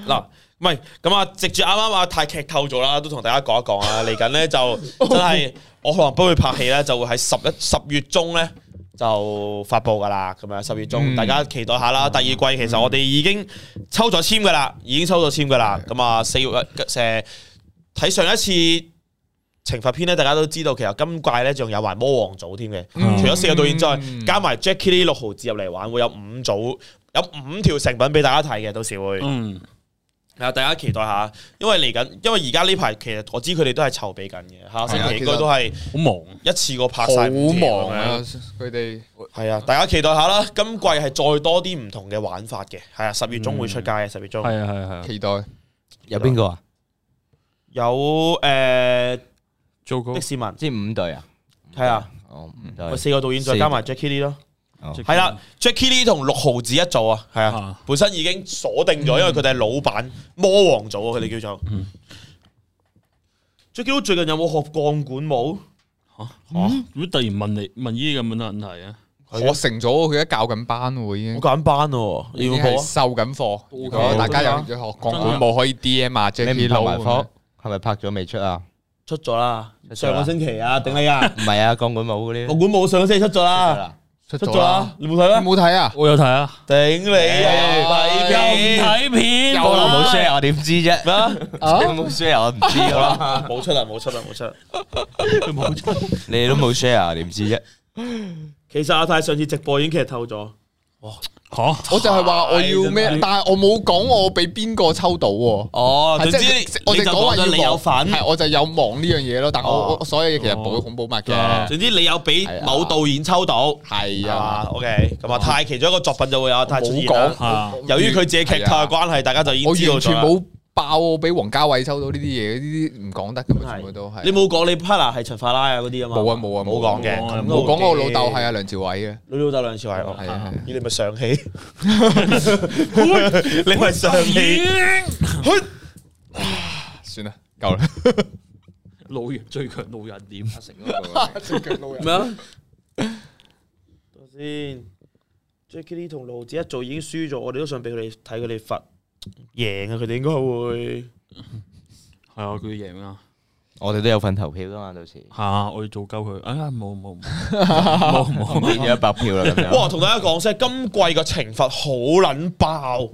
嗱。唔係咁啊！藉住啱啱啊太劇透咗啦，都同大家講一講
[laughs]
啊。嚟緊咧就
哦
真係我可能不會拍戲咧，就會喺十一十月中咧就發布噶啦。咁樣十月中，
嗯
大家期待下啦。第二季其實我哋已經抽咗簽噶啦，已經抽咗簽噶啦。
嗯
咁啊四月誒睇上一次。懲罰篇咧，大家都知道，其實今季咧仲有埋魔王組添嘅，
嗯
除咗四個導演之外，
嗯
加埋 Jackie 呢六毫子入嚟玩，會有五組，有五條成品俾大家睇嘅，到時會。
嗯，
係啊，大家期待下，因為嚟緊，因為而家呢排其實我知佢哋都係籌備緊嘅，下個星
係啊
期應該都係
好忙，
一次過拍
好
晒五條咁
忙啊
樣！！
佢哋
係啊，大家期待下啦，今季係再多啲唔同嘅玩法嘅，係啊，十月中會出街嘅，十月中
係啊係
嗯
啊係啊
期待
有邊個啊？
有誒
糟糕
的，士文，
即係五隊啊？
係
à?
啊，
哦，五
我
隊。
四個導演再
四
加埋 Jackie Lee 咯，
哦
係啦，Jackie Lee 同六毫子一組啊，係啊，
啊，
本身已經鎖定咗，因為佢哋係老闆魔王組啊，佢哋叫做
嗯。
Jackie Lou 最近有冇學鋼管舞？
會突然問你問呢啲咁嘅問題啊？
學成咗，佢而家教緊班喎，已
我
經
揀班喎，
已
要唔要報
經係
啊？
收緊課。如果大家有要學鋼管舞，可以 D M 啊
你
Jackie
唔拍埋
Lou 咁
科，係咪拍咗未出啊？
出咗啦，
咗
上
啦
個星期啊，頂你啊！
[laughs]
唔係啊，鋼管舞嗰
我
啲。
管冇上個星期出咗啦，
啦，
樣
出
出
咗
咗
啦
啦，，
你冇睇
你
咩？
冇哎睇啊？
我有睇啊，
頂你啊！
唉
睇片
睇片
有
我
啊
冇 share，我點知啫？
咩
哎
啊？
[laughs] 你冇 share 我唔知
好
㗎啦。
啦，冇出啦，啊 [laughs] 冇出啦，冇出啦。
你哋都冇 share 我點知啫？
其實阿泰上次直播已經劇透咗，
吓，
我就係話我要
唉真
咩，
係
但係我冇講我俾邊個抽到喎。
哦
係
總之
即係我哋
你就
講話
講咗
要
你有份，
係我就有忙呢樣嘢咯，但我
哦
我我所有嘢其實
哦
冇恐怖物
哦
嘅，
總之你有俾
係啊
某導演抽到，
係
係
啊
嘛，？OK，咁啊，泰其中一個作品就會有阿泰出現啦
冇
啊
講。
由於佢自己劇透嘅關係，大家就已
啊我
經知道
完
咗
全
啦。
冇爆，我俾王家衛收到呢啲嘢，呢啲唔講得噶嘛，全部都係
你。冇講你 partner 係陳法拉啊嗰啲啊嘛？
冇啊冇啊
冇
冇
講嘅，
冇啊
咁都
冇講我老
OK
豆係啊梁朝偉嘅，
你老豆梁朝偉，
係啊
咦你咪上戲， [laughs] 你咪上戲，
算啦，夠啦。
老人最強老人點？
咩啊？先，Jackie Lee 同盧子一做已經輸咗，我哋都想俾佢哋睇佢哋罰贏啊！佢哋應該會
[laughs] 係啊，佢贏啊！
我哋都有份投票噶嘛，到時
吓，我要做鳩佢。哎呀，冇冇冇冇冇
有一百票啦咁樣。
哇！同大家講聲，今季個懲罰好撚爆，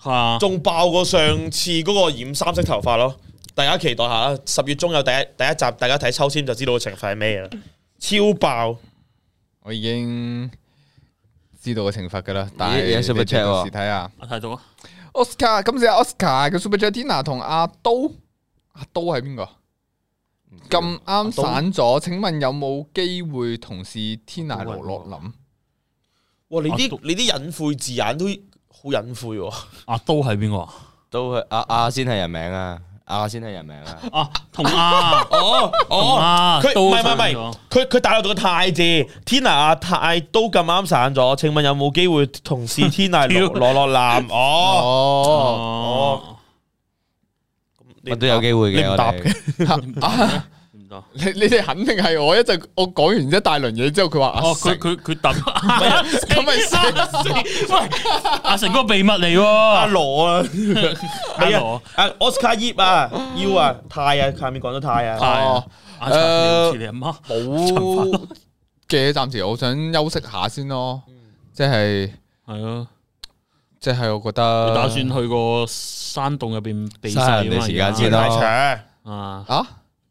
吓，
仲爆過上次嗰個染三色頭髮咯。大家期待下啦，十月中有第一第一集，大家睇抽籤就知道個懲罰係咩啦，超爆！
我已經知道個懲罰噶啦，但
咦
係
有 super
你哋
chat 喎
到時睇下
我睇到啊，
Oscar，今次 Oscar 嘅 Super Chat Tina 同阿都，阿都係邊個？咁啱散咗，請問有冇機會同事 Tina 羅樂林？
哇！你
啊
啲你啲隱晦字眼都好隱晦喎。
阿都係邊個啊？
都係阿阿先係人名啊，啊先係人名啊，
啊， [laughs] 同啊，
哦
同
哦，
啊，
佢
都
唔係唔係唔
散
係
咗，
佢佢打漏咗個太字，Tina 阿泰都咁啱散咗。請問有冇機會同是 Tina
屌
羅羅羅南？哦，
哦，
哦，
你唔
都有機會
你
嘅。
唔
我
答
哋
唔得唔得，
你你哋肯定係我一陣我講完一大輪嘢之後，佢話啊阿
哦，佢
成
佢佢揼， [laughs]
咁咪死
喂，阿成嗰個秘密嚟
阿
喎，
羅啊，
[laughs] 阿
係
羅
啊，阿 Oscar 葉啊，腰啊，泰啊，下面講咗泰啊，
係
哦
阿陳你好似你阿媽，
冇嘅，暫時我想休息下先咯，
嗯
即係
係啊，
即係我覺得
你打算去個山洞入邊避世
嘥
啊
人哋
嘛？
時間
而家
先啦
太長，
啊，
啊，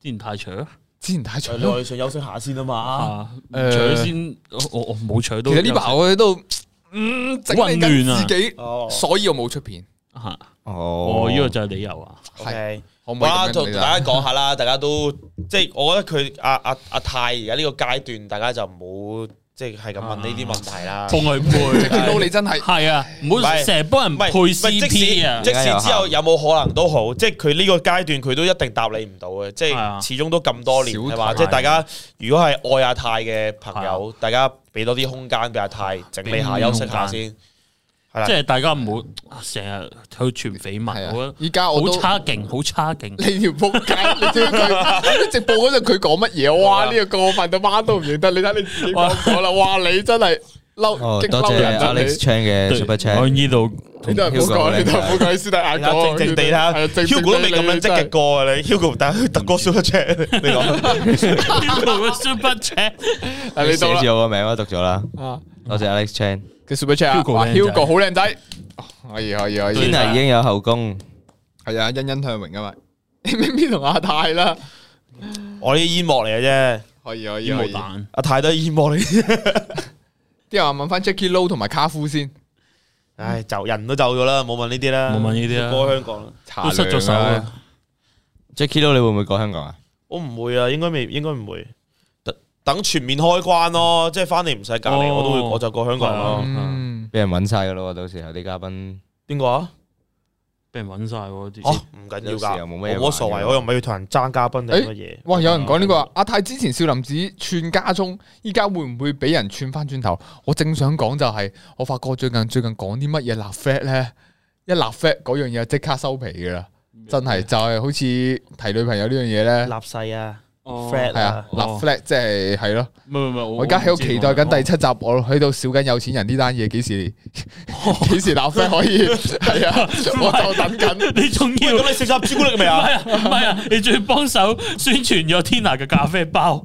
之前太長
之前太長
你。話你想休息下先啊嘛，
啊，
誒
搶先，我我我冇搶到。
其實呢排我喺度嗯整理緊
啊
自己，
哦
所以我冇出片，
嚇
哦
哦，呢個就係理由啊！
，OK。
可唔可以
好啦，
咁
同
樣啊
同
理
大
解？
家講下啦，大家都即係我覺得佢阿阿阿泰而家呢個階段，大家就唔好即係係咁問呢啲問題啦。
幫佢
即係見
配
到你真係
係啊，唔
唔
好
係
成日幫人
唔
配
係唔係即使
CP 啊！
即使之後有冇可能都好，即係佢呢個階段佢都一定答你唔到嘅，即
係啊
係始終都咁多年
小
係嘛？
泰
即係大家如果係愛阿泰嘅朋友，大家俾多啲空間俾阿泰整理下、
啊俾
休
啲
息下
空間
先。係啦
即，係大家唔好啊成日去傳緋
係
聞，我
啊
覺！
依家我
得
都
好差勁，好差勁。
你條仆街，你知唔知佢你直播嗰陣佢講乜嘢？哇！
啊
呢個過分到媽都唔認得，你睇你自己講過啦！哇！你真係嬲，
哦
激
多
嬲
謝
人啊真
Alex
係。
Chan 嘅啊 Super
我
Chat。
呢度
你都係唔好講，你都係唔好講，你私底下
大家靜
講。
靜地啦
係啊靜靜地
，Hugo 都未咁樣
你真
積
係嗯
極過啊！你 Hugo 但係特哥 super chat，你講
呢度嘅 super chat，
啊你到
寫
啦
住我個名我都讀咗啦，
啊！
多謝 Alex Chan。
佢 super chat 啊
Hugo
哇
靚仔
，Hugo 好靚仔，哦可以可以可以。
對
Tina 已經有後宮，
系啊，欣欣向榮啊嘛，M [laughs] P 同阿泰啦，
[laughs] 我啲煙幕嚟嘅啫，
可以可以
煙
可
霧
以。
彈
阿泰都係煙幕嚟嘅 [laughs] 啫。
啲人話問翻 Jackie Lou 同埋卡夫先，
唉，就人都走咗啦，冇問呢啲啦，
冇問呢啲啦
過香港啦，
查
都失咗手
量
啊
啊！！
Jackie Lou 你會唔會過香港啊？
我唔會啊，應該未，應該唔會。等等全面開關咯，即係翻嚟唔使隔離，
哦
我都會，我就過香港
係
咯
啊。
嗯，
俾人揾晒噶咯喎，到時候啲嘉賓
邊個啊？
俾人揾晒喎
哦
啲，，
唔緊要
有時候
㗎，
冇
我
咩嘢
冇乜所
玩
謂，
嘅
我又唔係要同人爭嘉賓定
誒
乜嘢。
哇！有人講呢個話，阿泰之前少林寺串家中，依家會唔會俾人串翻轉頭？我正想講就係，我發覺最近最近講啲乜嘢立 flag 咧，一立 flag 嗰樣嘢就即刻收皮噶啦，真係就係好似提女朋友呢樣嘢咧，
立誓啊
哦
，Fred
係啊
啊，，
立
哦
flag 即係係咯。
唔係唔係，
我而家喺度期待緊第
七。
七集，我喺度少緊有錢人呢單嘢 [laughs] 幾時幾時立 flag 可 [laughs] 以？係啊，我就等緊。
你仲要
咁你食咗朱古力未
唔
啊？
係啊，唔係啊，你仲要幫手宣傳咗 Tina 嘅咖啡包，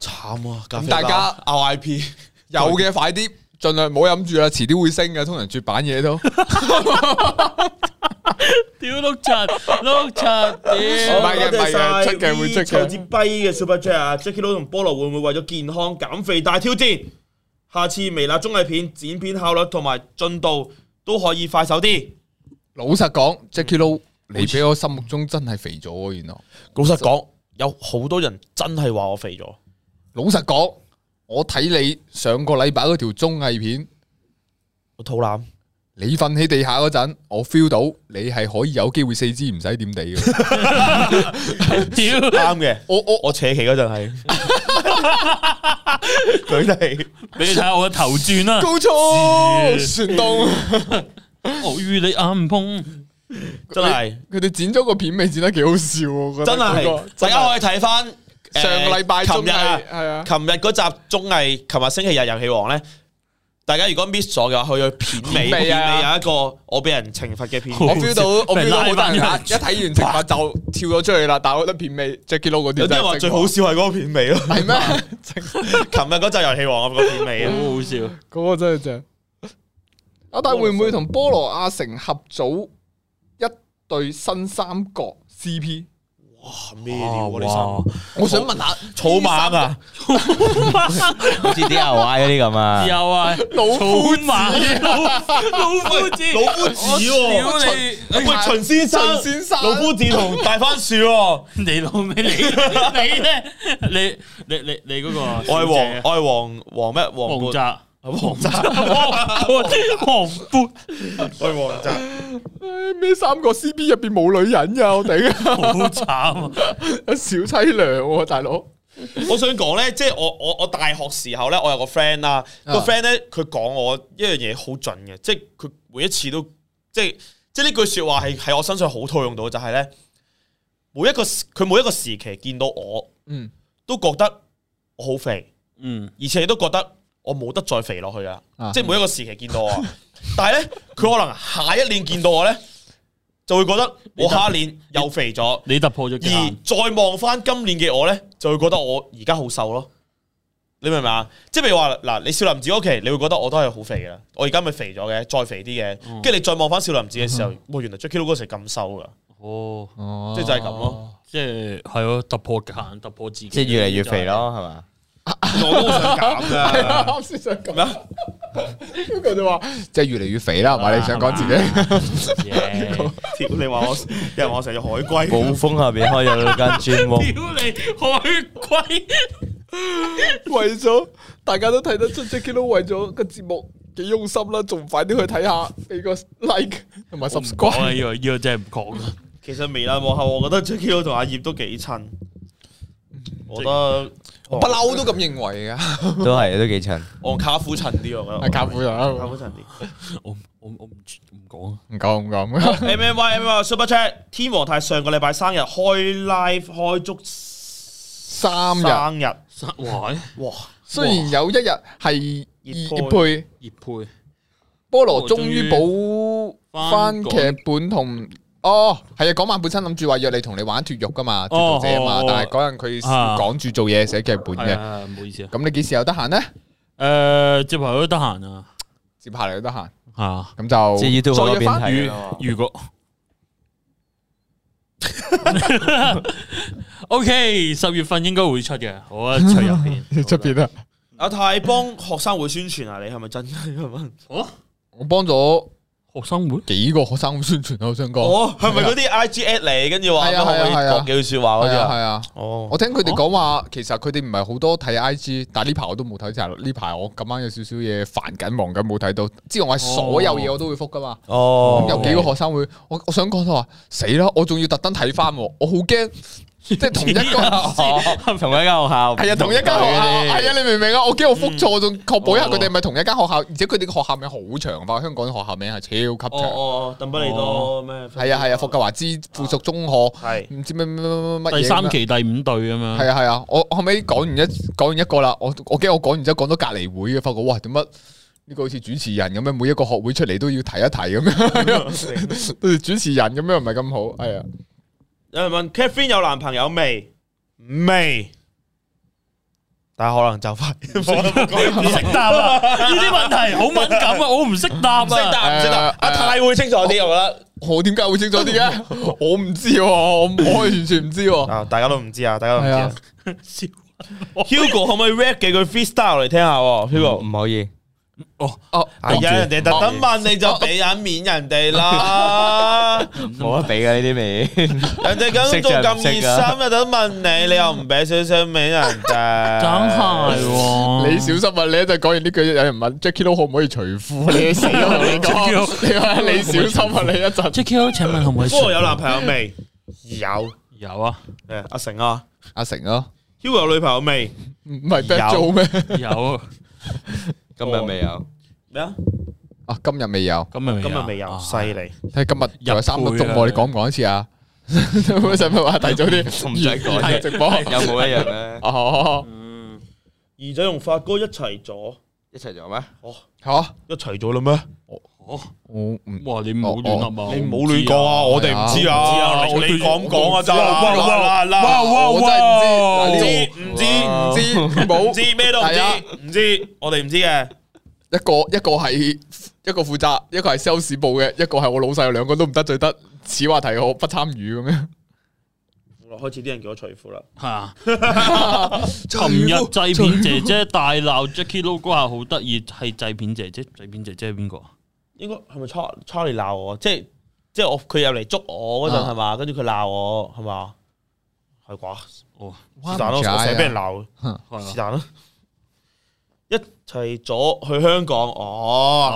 慘啊！
咁 [laughs] 大家
RIP，
有嘅快啲，盡量唔好飲住啦，遲啲會升嘅，通常絕版嘢都。
屌碌柒碌柒，
唔
屌
係嘅唔係嘅出嘅會出嘅
臭至跛嘅 Super Chat 啊！Jackie Lou 同菠蘿會唔會為咗健康減肥大挑戰？下次微辣綜藝片剪片效率同埋進度都可以快手啲。
[laughs] 老實講，Jackie Lou，你俾我心目中真係肥咗喎，原來。
老實講，有好多人真係話我肥咗。
老實講，我睇你上個禮拜嗰條綜藝片，
我肚腩，
你瞓喺地下嗰陣，我 feel 到你係可以有機會四肢唔使點地嘅。
[laughs]
屌！
啱嘅。
我我
我扯旗嗰陣係，佢哋
俾你睇下我嘅頭轉啦，
高速旋動，
我與你眼碰，
真係
佢哋剪咗個片尾剪得幾好笑喎，我覺得
真
嗰
係
個，
大家可以睇翻
[laughs] 上個禮拜
琴
綜
日啊
藝，係啊，
琴日嗰集綜藝，琴日星期日遊戲王咧，大家如果 miss 咗嘅話，去去片尾，
片尾
片
啊
尾有一個我俾人懲罰嘅片
好
[laughs] 我
段，
feel 到我 feel 到好多
俾人
人
拉返
一睇完直播就跳咗出去啦，但係我覺得片尾 Jackie Lou 嗰啲
有啲人話最好笑係嗰個片尾
[laughs]
咯。
係
[laughs]
咩？
琴日嗰集遊戲王我個片尾
好
啊，
好笑。
嗰個真係正。阿大啊會唔會同菠蘿阿成合組一對新三角 CP？
咩
Ờ,
料我哋
哇
三，
我想問下
草蜢啊，
[laughs]
好似 D L Y 嗰啲咁啊，
又啊，
老夫
草蜢，老老夫子，
老夫子喎
我屌你！
喂秦先生，
陳先生
老夫子同大番薯
[laughs]
喎。
你老味，你你咧，你你你你嗰個小姐，
啊
我係黃，我係黃黃咩黃
黃
冠，
澤，
黃渣，我係
黃歡
黃渣。
唉咩三個 C P 入边冇女人噶，我頂 [laughs]
好慘啊！
有小凄涼喎，大佬。
我想講咧，即係我我我大學時候咧，我有個 friend 啦，
啊
個 friend 咧佢講我一樣嘢好準嘅，即係佢每一次都即係即係呢句说話係喺我身上好套用到，就係咧每一個佢每一個時期見到我
嗯，
都覺得我好肥，
嗯，
而且都覺得我冇得再肥落去啊
啊！
即係每一個時期見到我啊， [laughs] 但係咧佢可能下一年見到我咧就會覺得我下一年又肥咗。
你突破咗極
而
限，
再望翻今年嘅我呢，就會覺得我而家好瘦咯。你明唔明啊？即係譬如話嗱，你少林寺嗰期，你會覺得我都係好肥嘅啦。我而家咪肥咗嘅，再肥啲嘅。跟住你再望翻少林寺嘅時候，哇！原來 Jackie Lou 嗰時咁瘦噶，
哦，
哦
即係就係咁。咯。
即係係咯，突破極限，突破自己，
即係越嚟越肥。咯，係嘛？
我都好想減 [laughs]
係啊
噶。
啱先想
咩
咁
啊
，Hugo 就話啊即係越嚟越肥啦，係嘛？你想講自己？
Yeah
屌你話我，有人話我成日海
[laughs]
龜，
寶峰下边開咗間專
屌你海龜！
[laughs] 為咗大家都睇得出 Jackie Lou 為咗個節目幾用心啦，仲快啲去睇下，俾個 like 同埋
我唔講
subscribe。
啊，呢個呢個真係唔講啊！
其實微辣幕後，我覺得 Jackie Lou 同阿葉都幾襯。我覺得
不嬲都咁認為㗎，
都係都幾襯。
我同卡夫襯啲，我覺
係
得
靠背啊，
卡夫襯啲。
我我我唔唔講啊！
唔講唔講。
M M Y M Y Super Chat，天皇太上個禮拜生日開 live 開足
三日，
生日，
哇！
哇！
[laughs] 雖然有一日係
熱
熱
配
配。
葉佩
菠蘿終於補翻劇本同哦，係啊！嗰晚本身諗住話約你同你玩脱獄噶嘛，脱獄者啊嘛
哦，
但係嗰陣佢
啊
趕住做嘢寫劇本
係
嘅。
啊，唔好意思啊。
咁你幾時有得閒呢？
誒，接排都得閒啊，
接下嚟有得閒，
嚇！
咁就
即係 YouTube
再
嗰
約
邊
返
睇啊
如果 [laughs] OK，十月份應該會出嘅，好啊，出入
[laughs]
邊
出邊啊！
阿泰幫學生會宣傳啊，你係 [laughs] 咪真嘅咁啊？
我幫咗
學生會
幾個學生宣傳啊，我想講。
哦，係咪嗰啲 I G at 你，跟住話
啊係啊
可唔可以
係啊係啊
講幾句説話嗰
係
啲
啊係
啊？
啊，
哦，
我聽佢哋講話，其實佢哋唔係好多睇 I G，但係呢排我都冇睇晒啦。呢排我咁啱有少少嘢煩緊忙緊，冇睇到。之後我係所有嘢我都會覆噶嘛。
哦
有幾個學生會，我我想講佢話死啦，我仲要特登睇翻喎，我好驚，即係同一個係
[laughs] 同一間學校，
啊，同一間學校，係啊，你明唔明啊？我驚我覆錯，仲確保一下佢哋係咪同一間學校，而且佢哋嘅學校名好長吧？香港啲學校名係超級
哦
長，
哦，鄧不利多咩？
係啊係啊，霍格華茲附屬中學，
係
唔知咩咩咩咩乜嘢
第三
咁樣。啊
期第五隊咁樣，
係啊係啊，我我後尾講完一講完一個啦，我我驚我講完之後講到隔離會嘅，啊發覺哇點乜呢個好似主持人咁樣，每一個學會出嚟都要提一提咁樣， [laughs] 好似主持人咁樣唔係咁好，係啊。
有人問 Catherine 有男朋友未？未，但係可能就快。 [laughs]
唔識答啊！呢啲問題好敏感啊，我唔識答啊。
唔識答唔識答
誒，
阿泰會清楚啲，我覺得。
我點解會清楚啲 [laughs] 嘅？我唔知喎，我我完全唔知喎。
啊，大家都唔知啊，大家都唔知
係
啊
啊。
笑
Hugo 可唔可以 rap 幾句 freestyle 嚟聽下喎？Hugo，
唔
[laughs]
可以。
哦，
哦，
係啊，人哋特登問你就俾眼面人哋 [laughs] 啦，
冇得比㗎 [laughs] 呢啲味，
人哋咁做咁熱心，特登問你，你又唔俾少少面人哋，
真係喎！
你小心啊！你一陣講完呢句，有人問 Jackie Lou 可唔可以除褲？你死啦！ [laughs] 你講，你話你小心啊！你一陣
Jackie，Lou，請問可唔可以？
不過有男朋友未？有，
有啊，
誒阿成啊
阿成咯，
，Hugo 有女朋友未？
唔係 Bad Joe 咩？
有啊，
今日未有。
咩啊？
啊，今日未有，
今日
今日未啊有，犀利。
睇今日又有三個鐘
入
喎，
會啊
你講唔講一次啊？ [laughs] 使唔使話提早啲？
唔使講
係 [laughs] 直播。
有冇一樣咧？
哦，
二仔同發哥一齊咗，
一齊做咩？
嚇！
一齊咗啦咩？
我唔
哇！你唔好亂啊嘛，
你唔好亂講啊！我哋唔知啊，
我
你
對住
講講啊咋？
哇哇
啦啦啦
哇哇
我真係
唔
唔
知
知
唔知唔
知
唔
冇
知咩都唔
係啊
知，唔知我哋唔知嘅。
一個一個係一個負責，一個係 sales 部嘅，一個係我老細，兩個都唔得罪得。此話題我不參與咁樣。
開始啲人叫我除褲啦。
吓，琴日製片姐姐大鬧 Jackie Lou 嗰下好得意，係製片姐姐，製片姐姐係邊個啊？
應該係咪 Char- Charlie 鬧我？即係即係我佢入嚟捉我嗰陣
啊
係嘛？跟住佢鬧我係嘛？係啩？
哦，
啊是但咯，我成日俾人鬧，
係
是但
啊，
咯。一齊咗去香港，哦，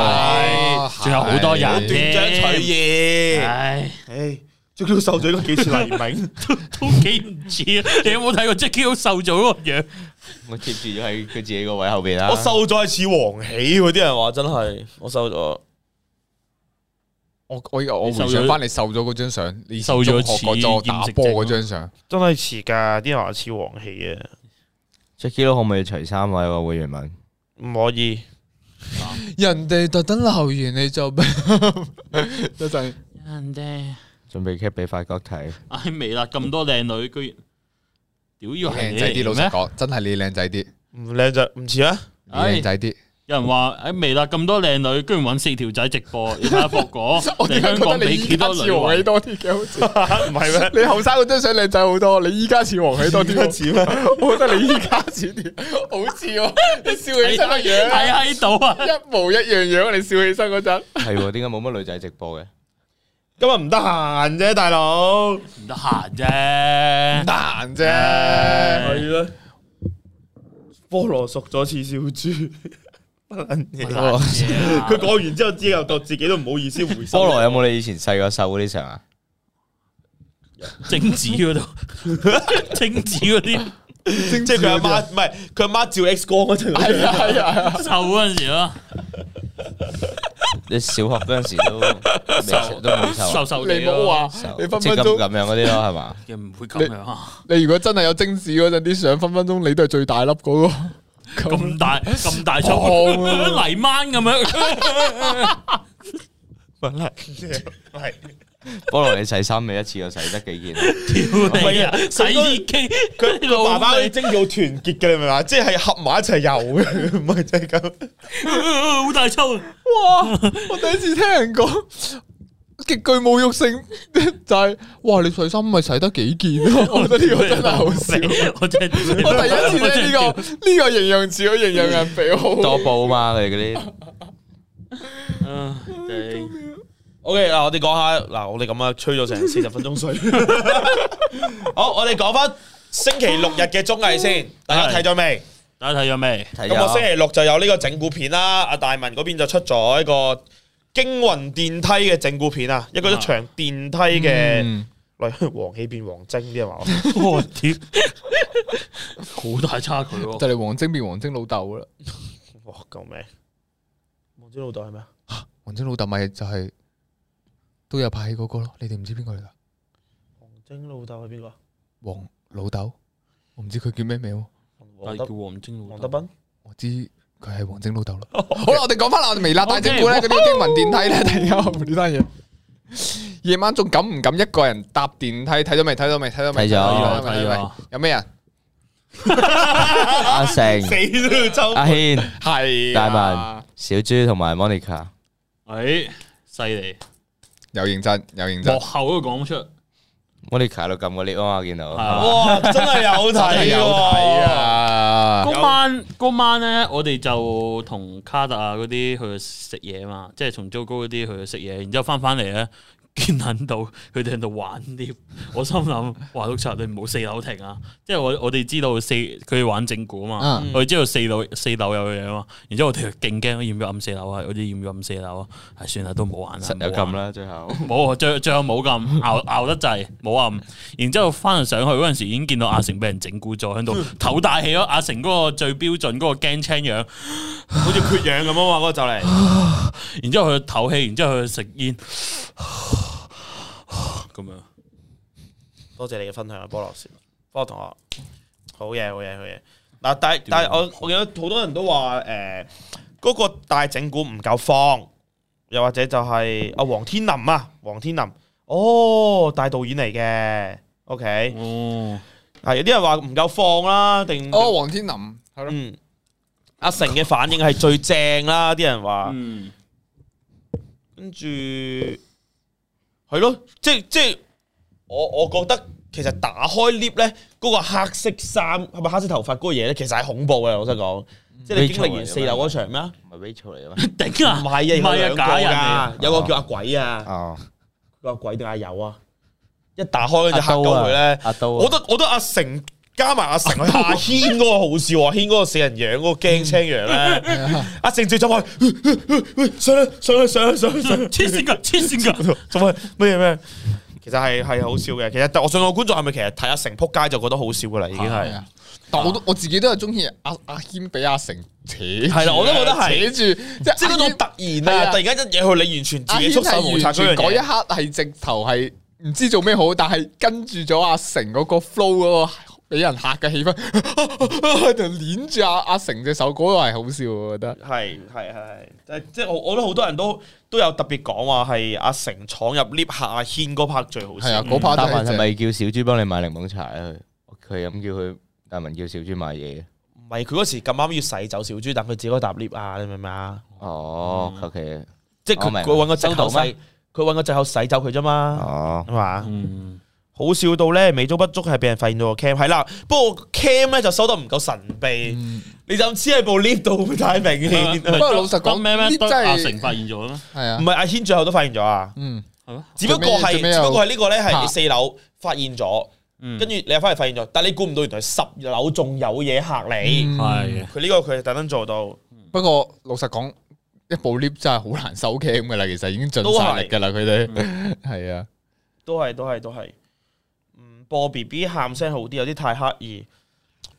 啊
仲有好多人
好斷章取義，
唉，
唉，最都受咗應該幾次黎 [laughs] 明，
都幾唔似啊！你有冇睇過 Jackie 好瘦咗嗰個樣？
我貼住咗喺佢自己個位後邊啦。
我瘦咗係似黃喜喎，啲人話真係我瘦咗，
我我我
你瘦咗
回想翻你瘦咗嗰張相，你以前
瘦咗
中學嗰張
似厭
打
食
波
症
嗰
咯
張相，
真係似㗎，啲人話似黃喜啊，
Jackie 都可唔可以除衫啊？有個會員問，
[laughs]
唔可以，
人哋特登留言你 [laughs] 就一陣
人哋
準備 cap 俾法國睇。
唉微辣咁多靚女，居然屌要係
靚
你
仔啲，老
嚟
實
咩？
講，真係你靚仔啲，
唔靚就唔似 [laughs] 啊，
你
唉
靚仔啲。
有人話喺微辣咁多靚女，居然揾四條仔直播，你睇下博果
[laughs] 我
嚟
點解
香
覺得
港
你
俾
依
幾
家
多
似
女
黃喜
玩？
多啲嘅？好似
唔係咩？
你後生嗰張相靚仔好多，你依家似黃喜多啲喎。
似咩？
我覺得你依家似啲，好似喎，你笑起身個樣
係喺度啊！
一模一樣樣，你笑起身嗰陣。
係喎，點解冇乜女仔直播嘅？
今日唔得閒啫，大佬，
唔得閒啫，
難啫，
唉
啦，菠蘿熟咗似小豬， [laughs] 不能嘢。佢講完之後，之後就自己都唔好意思回收。
菠蘿有冇你以前細個瘦嗰啲相啊？
[laughs]
精子嗰度， [laughs] 精子嗰啲
即係佢阿 [laughs] 媽，唔係佢阿媽照 X 光嗰陣，
係啊係啊，
瘦嗰陣時咯，
你小學嗰陣時都未都冇
瘦
瘦啊，
瘦
[laughs] 你
哋
冇
咯，
話
瘦
你分
即係
分
咁
鐘，
咁樣嗰啲咯，係嘛？
又唔會咁樣啊！
你如果真係有精子嗰陣啲相，分分鐘你都係最大粒嗰個。
咁大咁大出
哦
泥掹咁樣，
[laughs] 不能嘢係
菠蘿你洗衫咪一次又洗得幾件啊？
屌你啊！洗衣機，
佢
老
佢爸爸
味
啲精要團結嘅，你明唔明啊？即係合埋一齊游嘅，唔係就係咁。
好大抽，
哇！我第一次聽人講極具侮辱性， [laughs] 就係哇！你洗衫咪洗得幾件 [laughs] 咯？我覺得呢個真係好笑。
我真係
[laughs] 我第一次聽呢個呢個形容詞，我形容人肥 [laughs] 好。
[laughs] 多布啊嘛，佢哋嗰啲。
個，啊頂
O K 嗱，我哋講下嗱，我哋咁啊，吹咗成四十分鐘 [laughs] 水。好，我哋講翻星期六日嘅綜藝先，大家睇咗未？
大家睇咗未？
睇
咁我星
咗
期六就有呢個整蠱片啦，阿大文嗰邊就出咗一個驚魂電梯嘅整蠱片啊，一個一場電梯嘅，
嗯
[laughs] 例如黃喜變黃晶啲人 [laughs] 話我，
我屌，好大差距喎！
就嚟王晶變王晶老豆啦。
哇救命！黃晶老豆係咩啊？
王晶老豆咪就係都有拍戲嗰個咯，你哋唔知邊個嚟噶？
黃晶老豆係邊個啊？
王老豆，我唔知佢叫咩名喎，
黃
但係叫王晶老
黃
豆
德。斌，
我知佢係王晶
[laughs]
老豆啦。好啦，我哋講翻啦，我哋微辣大整蠱咧，
Okay
嗰啲驚魂電梯咧，大家呢單嘢。夜晚仲敢唔敢一個人搭電梯？睇咗未？睇咗未？睇咗未？
哎
睇咗
咗
睇咗
未？有咩人？啊
阿成、
死都要抽。
阿軒、
係啊
大文、小豬同埋 Monica，
哎，犀利！
有認真，有認真
幕，後都講出，
Monica 喺度撳個 lift 啊嘛，見
係
到
啊
哇！真係有
真係
睇，
有睇！啊！
嗰晚嗰晚咧，我哋就同卡特啊嗰啲去食嘢嘛，即係從糟糕嗰啲去食嘢，然之後翻翻嚟咧，見撚到 [laughs] 佢哋喺度玩 lift，我心諗： [laughs] 哇，碌柒你唔好四樓停啊！即係我我哋知道四佢哋玩正股嘛，
啊
嗯
我哋知道四樓四樓有嘢啊嘛，然之後我哋就勁驚，要唔要暗四樓啊？我哋要唔要暗四樓啊？唉，算啦，都冇玩啦，
實有
冇玩
撳啦，最後
冇，啊最最後
[laughs]
冇咁熬熬得滯，冇暗。然之後翻上去嗰陣時，已經見到阿成俾人整蠱咗，喺
嗯
度唞大氣咯。阿成嗰個最標準嗰個驚青樣，
好似缺氧咁啊嘛，嗰個就嚟。
然之後佢唞氣，然之後佢食煙， [sighs] 咁樣。
多謝你嘅分享啊，菠蘿先，菠蘿同學，好嘢，好嘢，好嘢。嗱，
啊
但係但係我我見到好多人都話誒，嗰、個大整蠱唔夠放，又或者就係阿黃天林啊，黃天林，哦，大導演嚟嘅，OK，
哦，
係有啲人話唔夠放啦，定
哦，王天林係咯，
嗯，阿成嘅反應係最正啦，啲人話。
嗯，
跟住係咯，即係即係我我覺得其實打開 lift 咧，嗰、個黑色衫係咪黑色頭髮嗰個嘢咧，其實係恐怖嘅。老實講，即係你經歷完四樓嗰場咩啊？
唔係 Rachel 嚟
[laughs]
嘅咩？
頂啊，
唔係啊，有
唔係
兩
啊，
個
假人嚟。
㗎，有個叫阿鬼啊，
哦，
個阿鬼定阿友啊，一打開嗰隻黑鳩佢咧，
阿刀啊，
我覺得我覺得阿成加埋阿成去阿軒嗰個好笑啊，阿軒嗰個死人樣嗰個驚青樣
[laughs]
咧，阿成最走 [laughs] 開，上啦上啦上啦上啦上啦，
黐线
[laughs]
噶，黐线 [laughs] 噶，
做乜乜嘢咩？其實係係好笑嘅，其實但我信我觀眾係咪其實睇阿成撲街就覺得好笑噶啦，已經
係
係
啊。但我都我自己都係中意阿阿谦俾阿成扯住啊，
係啦我都覺得係
扯住，
即係
係
嗰種突然
係
啊，
啊
突然間一嘢去你完全自
阿
己
軒
束手無
係
策嗰樣
完全嗰一
嘢，
刻係直頭係唔知做咩好，但係跟住咗阿成嗰個 flow 嗰個俾人嚇嘅氣氛，就捻住阿阿成隻手，嗰個係好笑，我覺得。
係係係，但係即係我我覺得好多人都都有特別講話係阿成闖入 lift 下阿軒嗰 part 最好
係
笑。
啊，嗰 part
達文
真
係
係
咪叫小豬幫你買檸檬茶啊？佢佢咁叫佢，達文叫小豬買嘢嘅。
唔係佢嗰時咁啱要洗走小豬，但佢自己嗰搭 lift 啊，你明唔明啊？
哦，OK，
即係
我明
佢佢揾個藉口洗，
收到
佢
咩
揾個藉口洗走佢啫嘛，
哦，
係嘛？
嗯，
好笑到咧，美中不足係俾人發現到個 cam 係啦，不過 cam 咧就收得唔夠神秘，
嗯
你就咁黐喺部 lift 度太明顯。
不過老實講
咩咩
呢
對
真係
阿成發現咗啦咩？
係啊
唔，係阿軒最後都發現咗啊，
嗯，
係咩？
只不過
最尾
係
最尾
只
有
不過係呢個咧係
嚇
你四樓發現咗，
嗯，
跟住你又翻嚟發現咗，但你估唔到原來十樓仲有嘢嚇你。
嗯
係
佢呢個佢係特登做到，
不過老實講，一部 lift 真係好難收 cam 噶啦，其實已經盡晒力噶啦，佢哋
嗯
係啊，
都係都係都係。嗯，播 B B 喊聲好啲，有啲太刻意。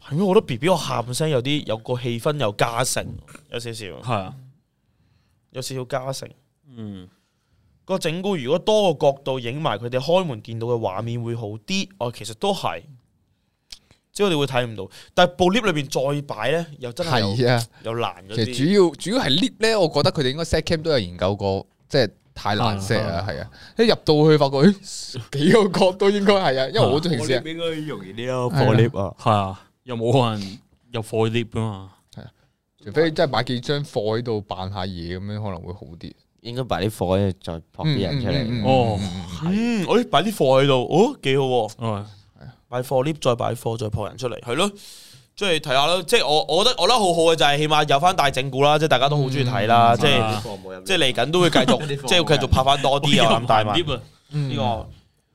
係咩？我覺得 B B 我喊聲有啲有個氣氛有加成，有少少
係啊，
有少少加成。
嗯，
個整蠱如果多個角度影埋佢哋開門見到嘅畫面會好啲。哦，其實都係，即係我哋會睇唔到。但係部 lift 裏邊再擺咧，又真係有
係啊。
又難咗
其實
啲。
主要主要係 lift 咧，我覺得佢哋應該 set cam 都有研究過，即係太難 set 啊，係啊，一入到去發覺，咦 [laughs] 幾個角都應該係啊，因為我都平時
應該容易啲咯
破 lift
啊，
係啊，又冇人入貨 lift 噶嘛，
除非真係買幾張貨喺度扮下嘢咁樣，可能會好啲。
應該擺啲貨喺度再撲啲人出
嗯嗯嗯
嚟。
哦，
嗯，我哋擺啲貨喺度，哦，幾好喎。
係
買貨 lift 再擺貨再破人出嚟，係咯，即係睇下咯。即係我我覺得我覺得好好嘅就係起碼有翻大整蠱啦，即係大家都好中意睇啦，
嗯
即係
啊
即係嚟緊都會繼續即係會繼續拍翻多啲啊，咁大文
lift 啊，
呢
呢
個。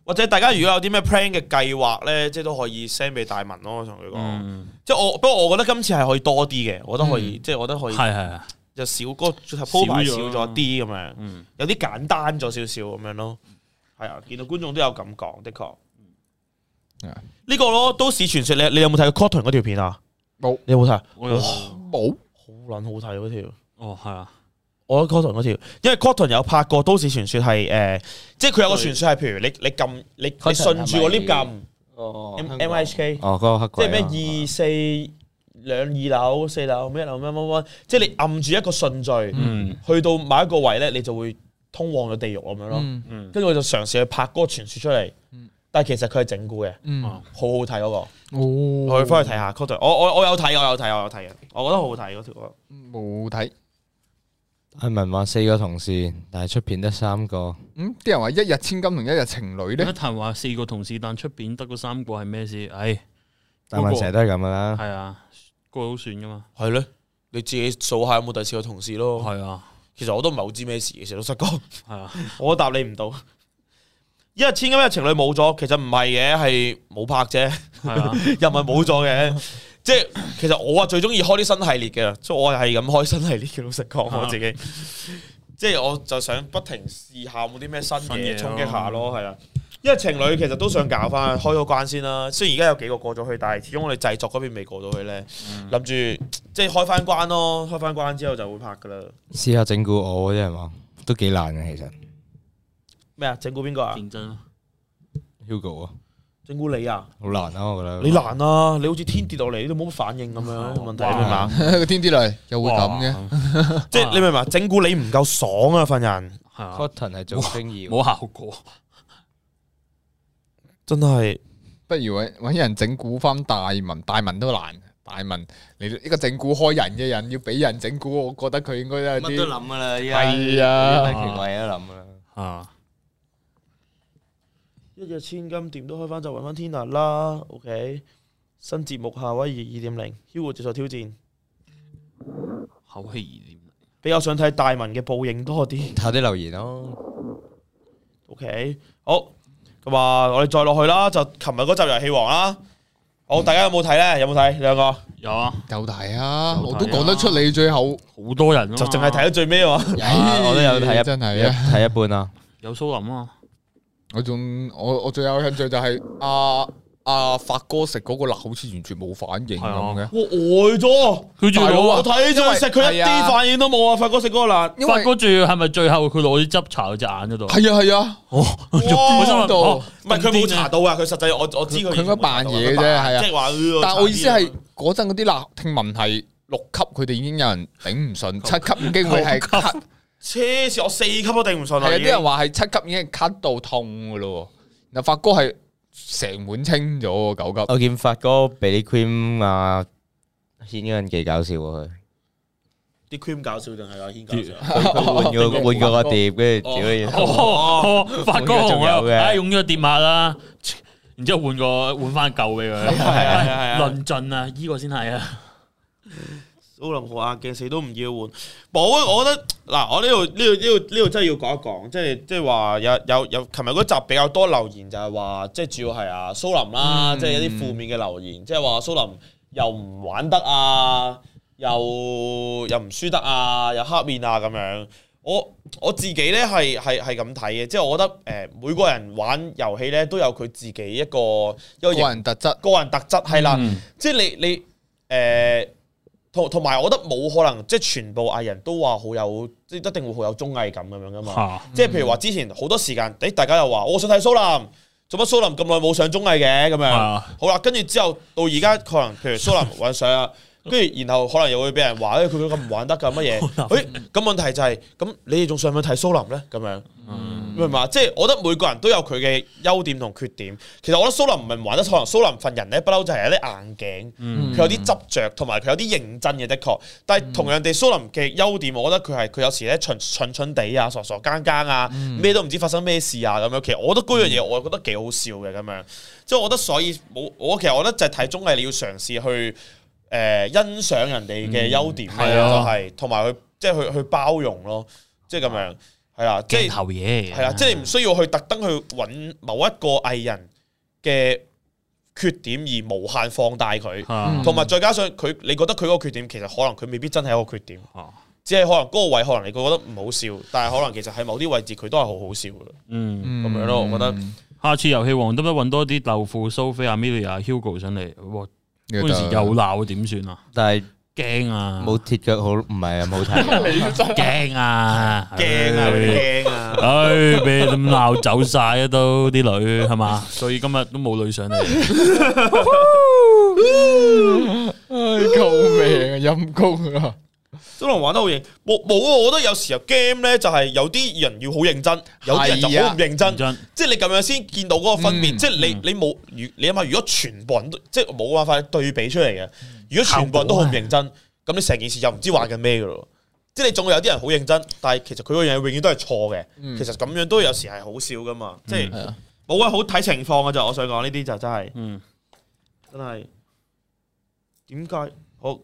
或者大家如果有啲咩 plan 嘅計劃咧，即係都可以 send 俾大文咯，我同佢講。
嗯，
即係我不過我覺得今次係可以多啲嘅，我覺得可以，即哦係我覺得可
係
以
係係，
就少嗰個鋪排少
少咗
咗啲咁樣，
嗯
有啲簡單咗少少咁樣咯。係啊，見到觀眾都有咁講，的確。
嗯
呢個咯，都市傳說，你你有冇睇過 Cotton 嗰條片啊？
冇
你有冇睇？好
我又
冇
撚好睇嗰條，
哦係啊，
我覺得 Cotton 嗰條，因為 Cotton 有拍過都市傳說係誒、呃即係佢有個傳說係，譬如你你撳你你
Cotton
順住個 lift 撳
哦
M M H K，
哦，嗰個
M-M 即係
黑鬼啊。
咩二四兩二樓四樓咩一樓咩乜乜，即係你按住一個順序，
嗯
去到某一個位咧，你就會通往咗地獄咁樣咯。
嗯
嗯，
跟住我就嘗試去拍嗰個傳說出嚟，但係其實佢係整蠱嘅，
嗯
哦
好好睇嗰個，我
哦
去翻去睇下。Cotton，我我我有睇，我有睇，我有睇嘅，我覺得好好睇嗰條。
冇睇。
阿文話四個同事，但係出片得三個。
嗯，啲人話一日千金同一日情侶
你一
[laughs] 咧，
談話四個同事，但出邊得嗰三個係咩事？唉，
大文成日都係咁噶啦。
係啊，個個都算噶嘛，
係咧，你自己數下有冇第四個同事咯。
係啊
其實我都唔係好知咩事，其實老實講，
係啊，
[laughs] 我答你唔到。因為千金一情侶冇咗，其實唔係嘅，係冇拍啫，
係啊，
[laughs] 又唔係冇咗嘅。即係其實我啊最中意開啲新系列嘅，所以我係咁開新系列嘅。老實講，我自己即係我就想不停試下有冇啲咩新
新
嘢
嘢咯
衝擊下咯，係啊。因為情侶其實都想搞翻開咗關先啦，雖然而家有幾個過咗去，但係始終我哋製作嗰邊未過到去咧，諗住即係開翻關咯，開翻關之後就會拍噶啦。
試下整蠱我啫係嘛，都幾難嘅其實。
咩啊？整蠱邊個啊？
認真啊，
Hugo 啊，
整蠱你啊？
好難啊，我覺得。
你難啊！你好似天跌落嚟，你都冇乜反應咁樣，問題
哇
你明嘛？
個天之雷又會咁嘅。
嘅，
即係你明嘛？整蠱你唔夠爽啊！份人
係啊，
Cotton 係做生意，
冇效果，
真係
不如揾揾人整蠱翻大文，大文都難。大文，你一個整蠱開人嘅人，要俾人整蠱，我覺得佢應該都
乜
有
都
啲
諗噶啦，依家
係啊
有啲咩奇怪嘢都諗噶啦。
啊。
一日千金店都開翻就揾翻天娜啦。OK，新節目夏威夷二點零，Hugo 接受挑戰，
口氣疑點？
比較想睇大文嘅報應多啲。
睇下啲留言咯，
OK，好咁啊！我哋再落去啦，就琴日嗰集遊戲王啦，
嗯
好，大家有冇睇咧？有冇睇兩個？
有啊，
有睇啊，
有睇啊
我都講得出你最後，
好多人啊嘛，
就淨係睇到最尾啊嘛。
有我都有睇一
真係啊！
睇一半啦。
有蘇林啊，
我仲我我最有印象就係阿阿發哥食嗰個辣，好似完全冇反應咁嘅。
我呆咗，
佢仲攞
我
啊，
睇咗佢食佢一
因為係啊
啲反應都冇啊！發哥食嗰個辣，
因為
發哥仲要係咪最後佢攞啲汁搽佢隻眼嗰度？
係啊係啊，
哦，我心諗
到
哦
唔係佢
咁癲
冇
嘅
查到啊！佢實際我我知佢
佢應該扮嘢啫係啊
即係話。呃
但係我意思係
係
嗰陣嗰啲辣，聽聞係六級佢哋已經有人頂唔順，七級已經會係
六級
cut，
黐線，我四級都頂唔順
係
啦。
啊！
已
啲
經
人話係七級已經係 cut 到痛噶咯喎，然後發哥係成碗清咗喎九級。
我見發哥俾啲 cream 啊，顯嗰陣幾搞笑喎佢。
啲 cream 搞笑定係阿軒搞笑啊？
換個換個個碟，跟住
哦
屌嘢。
[laughs] 哦，發哥 [laughs] 紅啊
仲有，嘅
唉，用咗個電話啦，然之後換個換翻舊俾佢，
係啊係啊
論盡啊，依個先係啊，
蘇林浩眼鏡死都唔要換，冇，我覺得嗱，我呢度呢度呢度呢度真係要講一講，即係即係話有有有，琴日嗰集比較多留言就係話，即係主要係啊蘇林啦，
嗯
即係一啲負面嘅留言，即係話蘇林又唔玩得啊，又又唔輸得啊，又黑面啊咁樣。我我自己咧係係係咁睇嘅，即係我覺得誒、呃每個人玩遊戲咧都有佢自己一個一個
個人特質，
個人特質係啦。
嗯
即係你你誒同同埋，我覺得冇可能即係全部藝人都話好有，即係一定會好有綜藝感咁樣噶嘛。
嚇
即係譬如話之前好多時間，誒大家又話我想睇蘇林，做乜蘇林咁耐冇上綜藝嘅咁樣。
啊，
好啦，跟住之後到而家可能譬如蘇林揾上啊。跟住，然後可能又會俾人話，誒佢咁唔玩得㗎
[laughs]
乜嘢？誒咁問題就係、咁你哋仲想唔想睇蘇林咧？咁樣
嗯
明嘛？即係我覺得每個人都有佢嘅優點同缺點。其實我覺得蘇林唔係唔玩得，可能蘇林份人咧不嬲就係有啲硬頸。
嗯
佢有啲執着，同埋佢有啲認真嘅，的確。但係同樣地，蘇林嘅優點，我覺得佢係佢有時咧蠢蠢蠢地啊，傻傻更更啊，
嗯
咩都唔知發生咩事啊咁樣。其實我覺得嗰樣嘢，我覺得幾好笑嘅咁樣。即係我覺得，所以冇我其實我覺得就係睇綜藝，你要嘗試去誒、呃欣賞人哋嘅優點
嗯係
咯，
啊
就係同埋去即係去去包容咯，即係咁
啊
樣係啦，即
鏡
係。
頭嘢嚟嘅
係啊啦，即係你唔需要去特登去揾某一個藝人嘅缺點而無限放大佢，
啊
同埋再加上佢，你覺得佢嗰個缺點其實可能佢未必真係一個缺點，
啊
只係可能嗰個位可能你覺得唔好笑，但係可能其實喺某啲位置佢都係好好笑嘅。
嗯。
咁
咁樣咯我覺得
下次遊戲王得唔得揾多啲豆腐、蘇菲、Amelia、Hugo 上嚟？哇！嗰陣時又鬧我點算啊？
但係
驚啊！
冇鐵腳好，唔係咁好睇。
[laughs] 驚
驚啊！
啊！
唉
驚啊！
唉，俾你咁鬧走晒啊都啲女係嘛，所以今日都冇女
[laughs]
上嚟。
唉救命啊陰公啊！
蘇能玩得好型，冇冇啊！我覺得有時候 game 咧就係有啲人要好認真，有啲人就好唔認真
認。真嗯
即係你咁樣先見到嗰個分別，
嗯
即係你你冇，如你諗下，如果全部人都即係冇辦法對比出嚟嘅，
嗯
如果全部人都好唔認
啊
真，咁你成件事又唔知玩緊咩噶咯。即係你仲有啲人好認真，但係其實佢嗰樣嘢永遠都係錯嘅。
嗯
其實咁樣都有時係好笑噶嘛，即係
係啊
冇啊，好睇情況噶咋。我想講呢啲就真係
嗯，
真係點解好？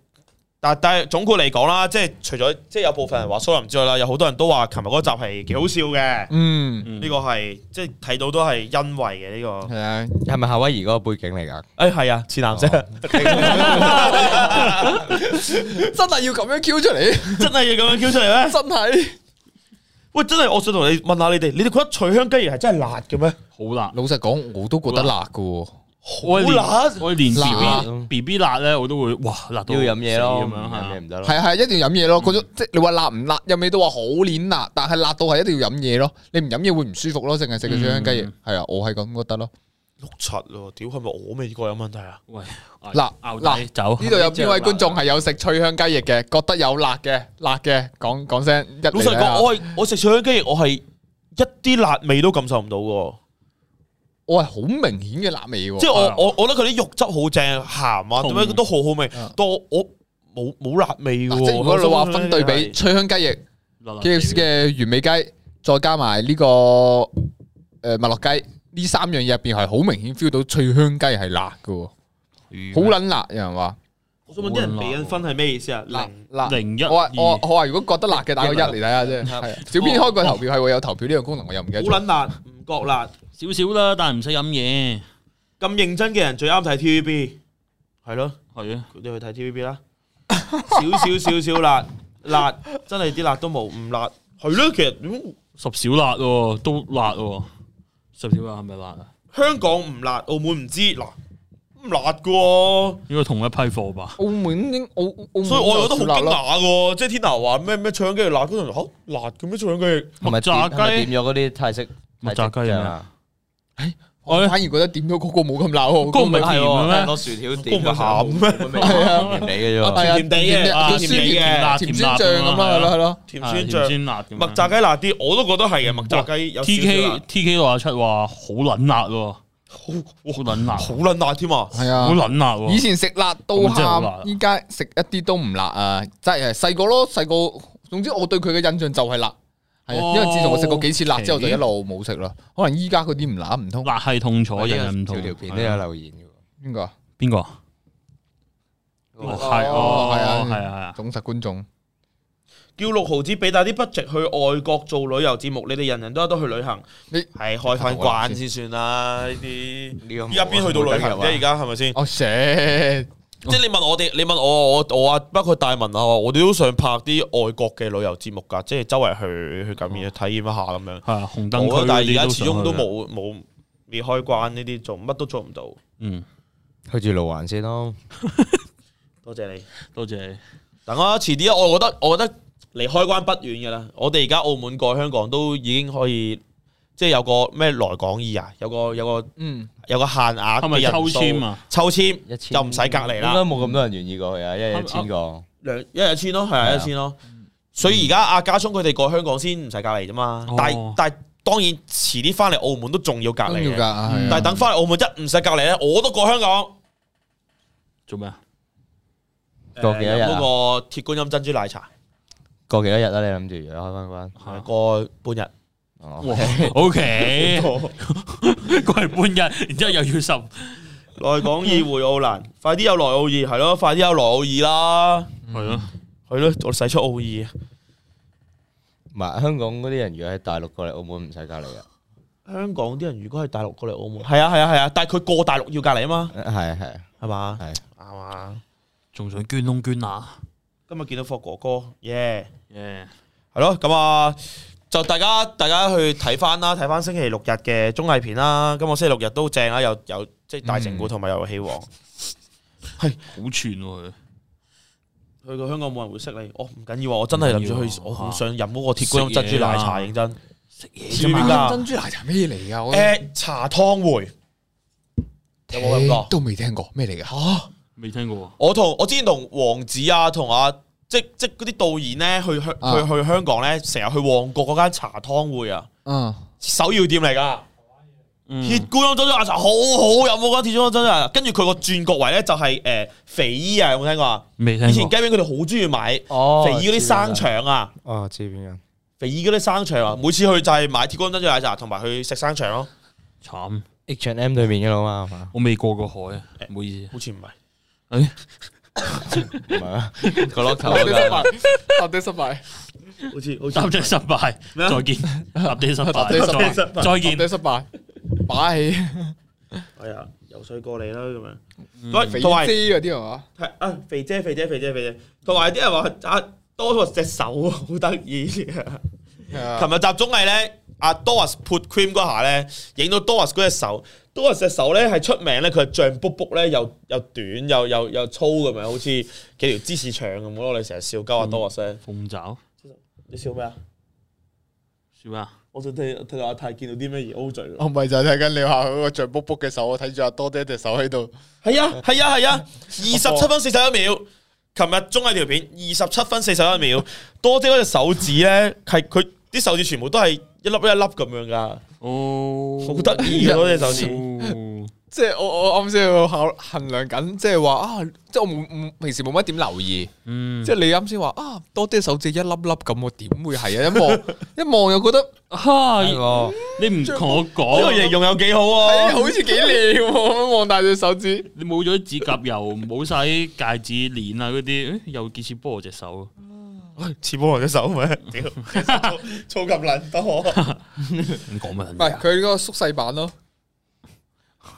但但係總括嚟講啦，即係除咗即係有部分人話蘇林之外啦，有好多人都話琴日嗰集係幾好笑嘅。
嗯
嗯
呢個係即係睇到都係欣慰嘅呢個。 [laughs]
係啊，
係咪夏威夷嗰個背景嚟㗎？
誒係啊，似男啫，
真係要咁樣 Q 出嚟，
[laughs]
[laughs]
真係要咁樣 Q 出嚟咩？
真係
喂，真係我想同你問下你哋，你哋覺得脆香雞翼係真係辣嘅咩？
好辣。
老實講，我都覺得辣噶，
我連
辣
我連 B
辣啊
B B B 辣咧，我都會哇辣到
要飲嘢咯，
死咁
唔
樣
飲嘢
係。
唔得咯。
係啊係啊一定要飲嘢咯。嗰種即係你話辣唔辣，有味都話好撚辣，但係辣到係一定要飲嘢咯。你唔飲嘢會唔舒服咯，淨係食個香香雞翼。係啊，我係咁覺得 [laughs] 咯。
碌柒喎！屌係咪我味覺有問題啊？
喂，
辣
牛
辣
仔走
呢度有邊位
呢隻
觀眾
[laughs]
啊係有食脆香雞翼嘅？覺得有辣嘅，辣嘅講講聲一
老實講，我係我食脆香雞翼，我係一啲辣味都感受唔到嘅，
我係好明顯嘅辣味喎。
即係
係啊
我我我覺得佢啲肉汁好正，鹹啊，
同
點樣都好好味
啊，
但我我冇冇辣味嘅喎。
嗱啊即係如果你話分對比脆香雞翼。
辣辣地
K F C 嘅完美雞，再加埋呢、個誒麥樂雞，呢三樣嘢入邊係好明顯 feel 到脆香雞係辣嘅喎，好撚辣！有人話
我想問啲人俾緊分係咩意思啊？
辣
零
辣，
零一
我話我
二
我話如果覺得辣嘅打個一嚟睇下啫。係啊小編開個投票係會有投票呢個功能，我又唔記
好
得咗。
撚辣，唔覺辣，
少少啦，但係唔使飲嘢。
咁認真嘅人最啱睇 TVB。係咯，
係啊，
你去睇 TVB 啦，少少少少辣辣，真係啲辣都冇，唔辣係咯。其實嗯
十小辣喎，都辣喎，十小辣係咪辣啊？
香港唔辣，澳門唔知嗱，唔辣嘅喎，
應該同一批貨吧？
澳門應澳澳門
所以我覺得好
有
驚
少辣咯，
訝嘅喎。即係天娜話咩咩腸雞翼辣嗰陣，嚇辣嘅咩腸雞翼？
係咪點
炸
係咪
雞
點咗嗰啲泰式
咪炸雞
雞啊？
我
哎
反而覺得點咗嗰個冇咁辣喎，
嗰個唔係
咁咪
甜嘅咩
攞薯條
嗰
點
個唔鹹咩
鹹味
係
嘅啫喎。
啊
甜地嘅
啊
甜啊
酸
地嘅
甜酸醬咁
甜辣
啦，係咯係咯。
甜
係
酸
啊甜
醬。
酸辣咁樣。
麥炸雞辣啲，我都覺得係嘅。麥炸雞有
T
少少
K
辣
T K 六廿七話好撚辣喎，
好
好撚辣，
好
好
撚辣添啊！
係啊，
撚辣
以
喎。
前食辣都
咁真係好辣啊
喊，依家食一啲都唔辣啊！即係細個咯，細個總之我對佢嘅印象就係辣，係啊
哦
因為自從我食過幾次辣之後就一路冇食啦。可能依家嗰啲唔辣唔通
辣係痛楚，人人唔
條
同。
條片都有留言嘅喎。
邊個啊？
邊個啊？
哦
係哦，
係
係
啊
啊，係啊，
忠實觀眾
叫六毫子俾大啲 budget 去外國做旅遊節目，你哋人人都有得去旅行，
你
係開翻關先算啦呢啲。
呢個冇
依家邊去到旅行啫？
冇得入啊
而家係咪先？
哦 shit，
哦
即係你問我哋，你問我我我啊，包括大文啊，我哋都想拍啲外國嘅旅遊節目㗎，即係周圍去去咁
哦
樣體驗一下咁樣。
係啊，
冇啊
紅燈區
但
嗰
係而
啲
家
都
始
想
終都
去嘅。
冇冇未開關呢啲做乜都做唔到。
嗯，
去住路環先咯。
多謝你。
多謝你。
等啊，遲啲啊，我覺得我覺得離開關不遠嘅啦。我哋而家澳門過香港都已經可以，即係有個咩來港易啊，有個有個
嗯，
有個限額
係咪
嘅人
抽
數
籤啊？
抽籤
一千
就唔使隔離
應該
啦，
冇咁多人願意過去啊，一日一千個。
兩一日一千咯，係
係
啊
啊
一千咯。所以而家阿家聰佢哋過香港先唔使隔離啫嘛，
哦
但係但係當然遲啲翻嚟澳門都仲要隔
都
離
要
嘅，
噶，
嗯
但係
係啊
等翻嚟澳門一唔使隔離咧，我都過香港。
做咩啊？
過幾多日啊
誒飲嗰個鐵觀音珍珠奶茶
過幾多日啊？你諗住如果開翻關？
아, 어.
嚇
過半日，
哦， [laughs]
哇，OK，過嚟半日，然之後又要十，
來港易回澳難，快啲有來澳易係咯，快啲有來澳易啦，
係咯，
係咯，我使出澳易啊！
唔係香港嗰啲人如果喺大陸過嚟澳門唔使隔離啊。
香港啲人如果係大陸過嚟澳門，係啊係啊係啊，但係佢過大陸要隔離啊嘛，
係係係
係嘛？
係。
啱啊！
仲想捐窿捐罅。
今日見到霍哥哥，耶！
耶，
係咯，咁啊，就大家大家去睇翻啦，睇翻星期六日嘅綜藝片啦。咁我星期六日都正啦，有有即係大城故同埋有戲王。
好串喎佢。
去到香港冇人會識你，哦唔緊要啊，我真係諗住
唔緊
去，
要啊
我好想飲嗰個鐵觀音珍珠奶茶，
食嘢啦
認真。
食嘢
啊啫嘛
啊珍珠奶茶咩嚟噶？我
誒茶湯會有冇飲過？
都未聽過咩嚟噶？
啊！
未聽過
我同我之前同王子啊，同啊即即嗰啲導演咧，去香
啊
去去香港咧，成日去旺角嗰間茶湯會啊，
嗯，
首要店嚟噶。
喎。
鐵觀音珍珠奶茶好好飲嗰間鐵觀音珍珠奶茶，跟住佢個轉角位咧就係誒肥姨啊，有冇聽過啊？
未
以
聽
前
過。
雞 wing 佢哋好中意買
哦
肥姨嗰啲生。腸啊，
哦，知邊人？
肥姨嗰啲生腸啊，每次去就係買鐵觀音珍珠奶茶同埋去食生腸咯，
慘，
H&M 對面嘅佬嘛，係嘛？
我未過過海啊，唔好意思。
好似唔係。
唔係啊，個落頭
答得失敗，答得失敗，
好似好似
答
唔
的失
係
敗，
咩啊
[laughs] 再見。答的失
答的失
敗，
敗
再再
答
見。
得失敗，擺起
係啊，游水過嚟啦咁樣。
肥
喂，同埋
姐嗰啲係嘛？
係啊，肥姐肥姐肥姐肥姐，同埋啲人話啊，多咗隻手啊好得意。琴
係啊
日集綜藝咧，阿 Doris 潑 cream 嗰下咧，影到 Doris 嗰隻手，Doris 隻手咧係出名咧，佢係脹卜卜咧，又又短又又又粗咁樣，好似幾條芝士腸咁咯。我哋成日笑鳩阿 Doris 咧，
鳳爪，
你笑咩啊？
笑咩啊？
我想睇睇下阿泰見到啲咩而 O 嘴咯。
我咪就係睇緊你話嗰個脹卜卜嘅手，我睇住阿多姐隻手喺度。
係啊係啊係 [laughs] 啊，二十七分四十一秒。琴日綜藝條片二十七分四十一 [laughs] 秒，多姐嗰隻手指咧，係佢啲手指全部都係一粒一粒咁樣噶，
哦，
好得意嘅嗰隻手指。
哦
即係我我啱先喺度考衡量緊，即係話啊，即係我冇冇平時冇乜點留意。
嗯，
即係你啱先話啊，多啲手指一粒粒咁，我點會係啊？一望 [laughs] 一望又覺得
哈，
係喎，
你唔同我
呢個
講，
形容有幾好
哎
啊！
哦
好似幾靚喎，咁望大隻手
[laughs]
指。
你冇咗啲指甲油，冇晒啲戒指鏈啊嗰啲，誒又幾似菠蘿隻手。
似波人隻手 [laughs] 咪，屌， [laughs] 粗咁撚多。 [laughs]
你講乜撚嘢
唔係
啊？
佢嗰個縮細版咯，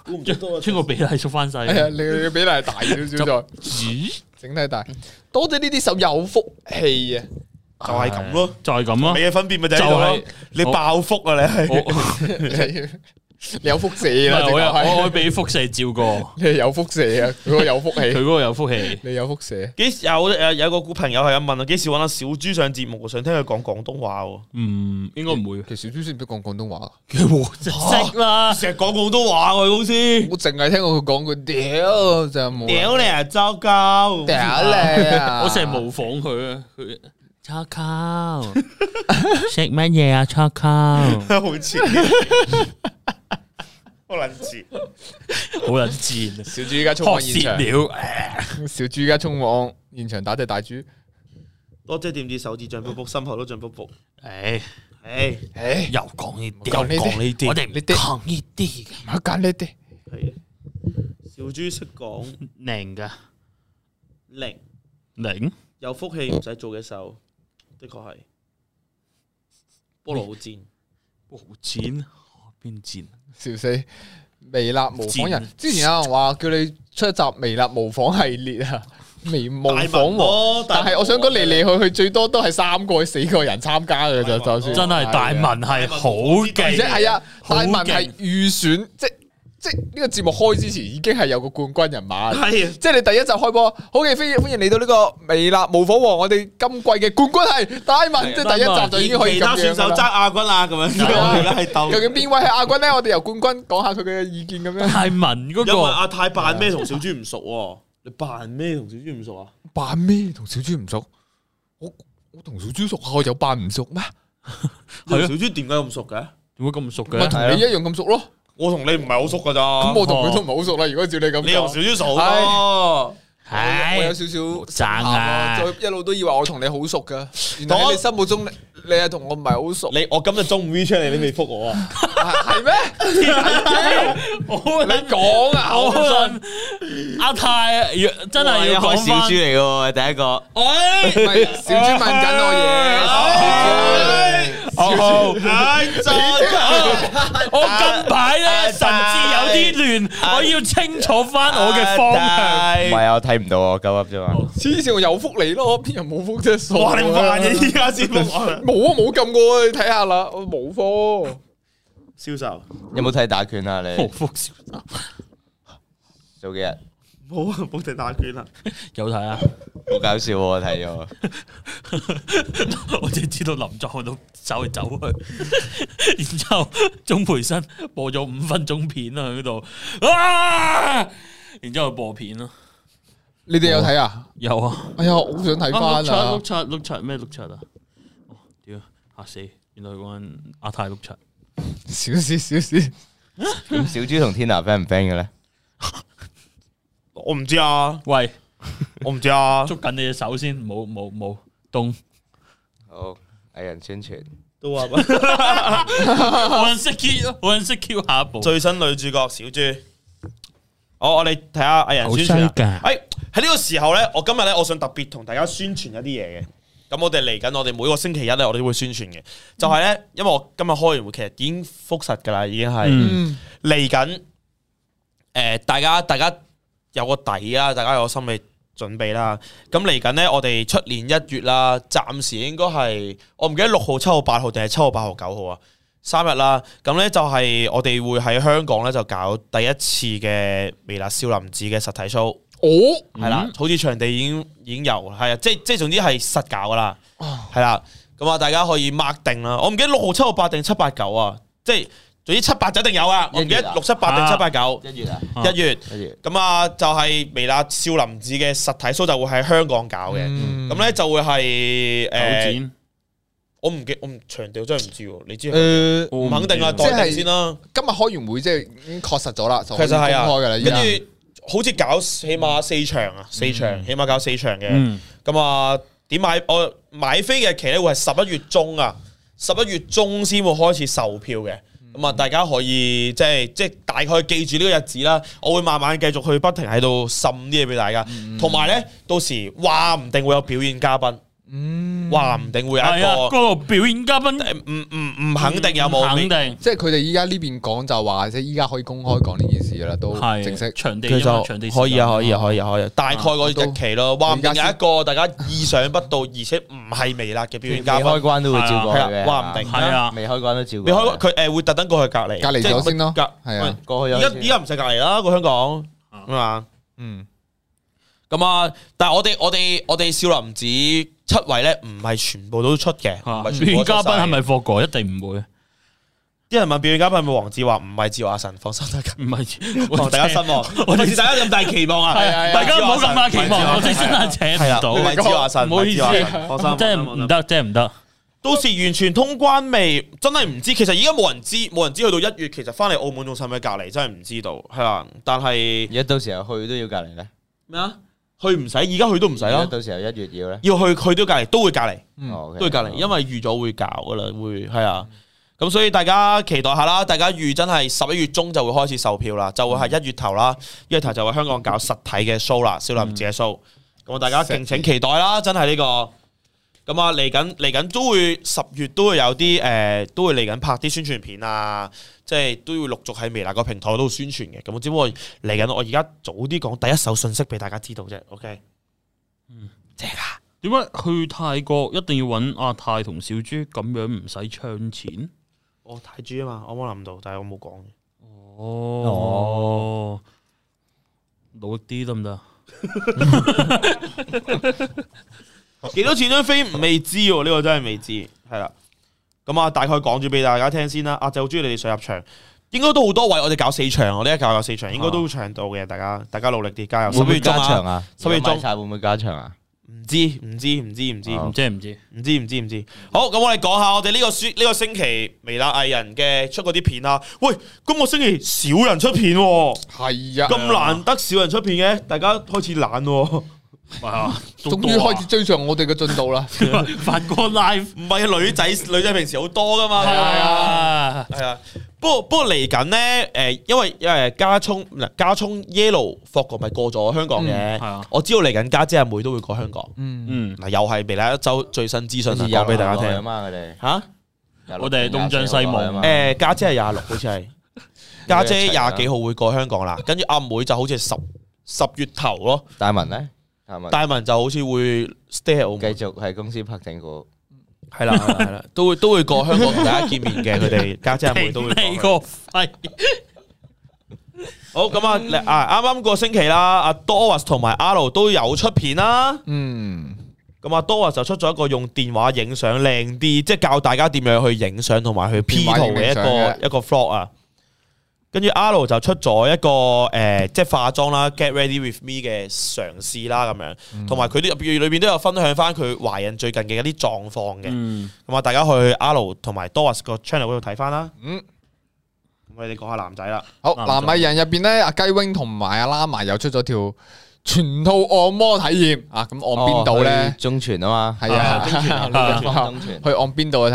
估唔到
穿個比例縮翻細。
係啊，你你嘅比例大少
[laughs]
少咗，
咦？
整體大，多謝呢啲手有福
[laughs]
氣啊！
[laughs]
[laughs]
就係咁咯。
就係咁咯
你。嘅分別咪就係呢度咯
就係
你爆腹啊！你係
我
你有輻射啦，
唔係我有
直頭係
我我俾輻射照過，
[laughs] 你係有輻射啊！佢個有福
佢
氣，
嗰個有福氣。
你有輻射，
幾時有有有個朋友係咁問啊，幾時揾阿小豬上節目？想聽佢講廣東話喎。
Ừ, 嗯，應該唔會。
其實小豬識唔識講廣東話？
識啦，
成日講廣東話喎，佢好似
我淨係聽過佢講佢屌就冇啦，
屌你啊，周鳩！
屌你啊！
我成日模仿佢啊。佢 c h o 食乜嘢啊 c h
[laughs]
o
好似 [laughs] 好撚似。
好撚賤啊！
小豬依家衝
學
往現
舌
場，
了，
小豬依家衝往現場打隻大豬。
多姐掂至手指像卜卜，心口都像卜卜。
誒，
唉，
誒，
又講呢啲，
又講呢
呢
啲
啲，我哋唔
呢啲
講呢啲嘅，
唔好揀呢啲，
係小豬識講
零㗎
零，
零，
有福氣唔使做嘅手，的確係菠蘿好尖。
無錢邊賤？
笑死！微辣模仿人
賤，
之前有人話叫你出一集微辣模仿系列啊，微模
大文
仿王。
咯，
但係我想講嚟嚟去去最多都係三個四個人參加嘅
大文
就就算啊
真係大文係好
而且
勁，
係啊，
好
大文
勁
係預選，即即呢個節目開之前已經係有個冠軍人馬啦。
係啊，
即係你第一集開播，好嘅，歡迎歡迎嚟到呢個微辣模仿王，我哋今季嘅冠軍係大文，即係第一集就已經可以
其他
咁
選
樣
手
㗎
爭亞
啦。
軍啦，咁樣
係啊
我哋咧係鬥。
究竟邊位係亞軍咧？我哋由冠軍講下佢嘅意見咁樣。
大文嗰
因為
個
阿啊泰扮咩同小豬唔熟喎？
啊
你扮咩同小豬唔熟啊？
扮咩同小豬唔熟？我我同小豬熟下，我有扮唔熟咩？
你同
係啊
小豬點解咁熟嘅？
點會咁熟
咪
嘅？
同你一樣咁熟咯。
我同你唔係好熟㗎咋？
咁我同佢都
啊哦
唔係好熟啦。如果照你咁
你同
講，
小豬熟咯。
我我有
係
少少
爭啊 [laughs]
失望咯再一路都以為我同你好熟噶，原來喺
我
你心目中你你係同我唔係
[laughs]
好熟，
你我今日中午 V 出嚟，你未覆我啊？
係咩？
我
你講啊，我
好
唔信。
啦，阿泰真係要
我
講
小
翻
豬，嚟嘅喎，第一個。
唔係小豬問緊我嘢，
好好
[laughs] 唉，真
我近排咧神志有啲亂，我要清楚翻我嘅方向。
唔係啊，我睇唔到啊，我鳩噏啫嘛。
黐線我有福你咯，邊人冇福啫？傻
哇！你扮
啊
嘢依家先覆我，
冇啊，冇撳過啊，你睇下啦，我冇科。
銷售
有冇睇打拳啊？你
無福消受
早幾日
冇啊，冇踢打拳啦。
有 [laughs] 睇啊！
好搞笑喎，我睇咗。
我淨係知道林作喺度走嚟走 [laughs] 去，然之後鐘培生播咗五分鐘片啊喺嗰度，啊！然之後播片咯，
你哋有睇啊？
有啊，
哎呀，我好想
아,
睇翻啊
碌！柒碌柒碌柒咩碌柒啊！哦屌嚇死！原來嗰個人阿泰碌柒，
少少少少，
咁小豬同 Tina friend 唔 friend 嘅咧？
我唔知啊，
喂，
我唔知啊，
捉緊你隻手先，冇冇冇凍，
好，藝人宣傳。
都話
冇人識 Q，冇人識 Q 下一步。
最新女主角小豬。好，我哋睇下藝人宣傳
好犀㗎
啊。誒喺呢個時候咧，我今日咧，我想特別同大家宣傳一啲嘢嘅。咁我哋嚟緊，我哋每個星期一咧，我哋都會宣傳嘅。就係咧，因為我今日開完會，其實已經覆實㗎啦，已經係
嗯
嚟緊。誒，大家大家有個底啦，大家有個心理準備啦。咁嚟緊咧，我哋出年一月啦，暫時應該係我唔記得六號、七號、八號定係七號、八號、九號啊。三日啦，咁呢就係我哋會喺香港呢就搞第一次嘅微辣少林寺嘅實體 show，
我
係啦、好似場地已經已經有，係啊，即即總之係實搞噶啦，係啦，咁啊大家可以 mark 定啦，我唔記得六號、七號、八定七八九啊，即係總之七八就一定有啊，我唔記
一月
得
啊
六七八定七八九
一月啊，
啊
一月。
一月。
咁啊，就係微辣少林寺嘅實體 show 就會喺香港搞嘅，咁咧、就會係誒，
手剪，
我唔記，我唔場地我真係唔知喎，你知
誒，
唔肯定啊，
我唔知
啊
待定先啦。
今日開完會即係已經確實咗啦，就
其實係啊，
公開噶啦，
跟
依家
住好似搞起碼四場啊，四場起碼搞四場嘅。
嗯，
咁啊，點買？我買飛嘅期咧會係十一月中啊，十一月中先會開始售票嘅。咁啊，大家可以即係即係大概記住呢個日子啦。我會慢慢繼續去不停喺嗯度滲啲嘢俾大家，同埋咧到時話唔定會有表演嘉賓。
嗯
話唔定會有一
係啊，嗰
個
度表演嘉賓
誒唔唔唔肯定有冇
嗯肯定
即係佢哋依家呢邊講就話，即係依家可以公開講呢件事啦，都
係
正式。
場地
佢
啫嘛，
就
場地
可以啊，可以啊，
啊，
可以啊，可以啊。大概個日期咯，話唔定有一個大家意想不到，而且唔係微辣嘅表
未
演嘉
開
賓，
關都會照過
係
嘅，
啊話唔定
係啊
未開關都照過嘅。
你開佢誒會特登過去隔離，
隔離咗先咯
隔
係啊
過去
而
有
家
先
而家唔使隔離啦，個香港啊嘛。
嗯，
咁啊，但係我哋我哋我哋少林寺七位咧，唔係全部都出嘅，唔係
嚇
全部
表演嘉
都出
賓
晒
係咪霍哥？一定唔會，
啲人問表演嘉賓係咪黃子華？唔係趙阿 [laughs] 神，放心得㗎。
唔係
望哦大家失望， [laughs] 我哋大家咁大期望啊！
係啊，大家唔好咁大期望，我哋真係
係
請
啦
唔，到
唔。係趙阿神，
唔好意思
唔係趙亞神放心，
真係唔得，真係唔得。
到時完全通關未？真係唔知。其實而家冇人知，冇人知去到一月，其實翻嚟澳門仲使唔使隔離，真係唔知道。係啦，但係
而家到時候去都要隔離咧，
咩啊？去唔使，而家去都唔使
而家
啦。
到時候一月要咧，
要去去都隔離，都會隔離，
嗯
哦，OK
都會隔離，因為預咗會搞噶啦，會係啊。咁所以大家期待下啦，大家預真係十一月中就會開始售票啦，就會係一月頭啦，一月頭就會香港搞實體嘅 show 啦，少林寺嘅 show。咁啊大家敬請期待啦，真係呢、個。咁啊，嚟緊嚟緊都會十月都會有啲誒、呃都會嚟緊拍啲宣傳片啊，即係都要陸續喺微辣個平台度宣傳嘅。咁只不過嚟緊，我而家早啲講第一手信息俾大家知道啫。OK，
點解啊去泰國一定要揾阿泰同小豬咁樣唔使唱錢？
我泰銖啊嘛，我冇諗到，但係我冇講。
哦，努力啲得唔得？
[laughs] 幾多錢張飛未知喎？呢、個真係未知，係啦。咁啊，大概講住俾大家聽先啦。阿仔好中意你哋上入場，應該都好多位。我哋搞四場，我哋一搞有四場，應該都搶到嘅。大家大家努力啲，加油！
會唔
十一
會
月中
加
啊
長啊？
十一月中
如果買晒會唔會加長啊？
唔知唔知唔知唔知
唔知唔 [laughs] 知？
唔知唔知唔知。好，咁我哋講下我哋呢個呢、個星期微辣藝人嘅出嗰啲片啦。喂，今個星期少人出片喎、
係啊，
咁難得少人出片嘅，大家開始懶喎。
終於開始追上我哋嘅進度啦。
始 [laughs] 發哥 live
唔係女仔女仔平時好多噶嘛。
係啊！
系啊，不過不過嚟緊咧，诶，因為诶加聰嗱加聰 Yellow 霍國咪過咗香港
係
嘅，
啊，
我知道嚟緊家姐阿妹都會過香港，
嗯，
嗯，
嗱又係未來一周最新資訊啊
好似
講俾大家
有
聽
嘛，佢哋
啊
吓，
我哋東張西望
啊嘛。
诶家姐係廿六好似
[laughs]
係，家姐
啊
廿幾號會過香港啦，跟住阿妹就好似十十月頭咯，
大文咧，大文
大文就好似會 stay 喺澳
繼
門，
續喺公司拍整個。
係啦係啦
[laughs]
係啦，都會都會過香港同大家見面嘅，佢哋家姐阿妹都會過香
你
港。
個肺
好咁啊！嚟啊，啱啱個星期啦，阿 Doris 同埋 R 都有出片啦。
嗯，
咁啊，Doris 就出咗一個用電話影相靚啲，即係教大家點樣去影相同埋去 P
電
圖
話影
嘅一
相嘅
個一個 vlog 啊。跟住 R 就出咗一個誒、呃即係化妝啦，Get Ready With Me 嘅嘗試啦咁樣，同埋佢啲入邊裏邊都有分享翻佢懷孕最近嘅一啲狀況嘅。
嗯，
咁啊，大家去 R 同埋 Doris 個 channel 嗰度睇翻啦。
嗯，
咁我哋講下男仔啦，
好，
男
南米人入邊咧，阿雞 wing 同埋阿拉埋又出咗條全套按摩體驗啊！咁按邊度
哦
咧
去？中傳啊嘛，
係啊，
[laughs] 中
啊
傳中傳。
去按邊度啊睇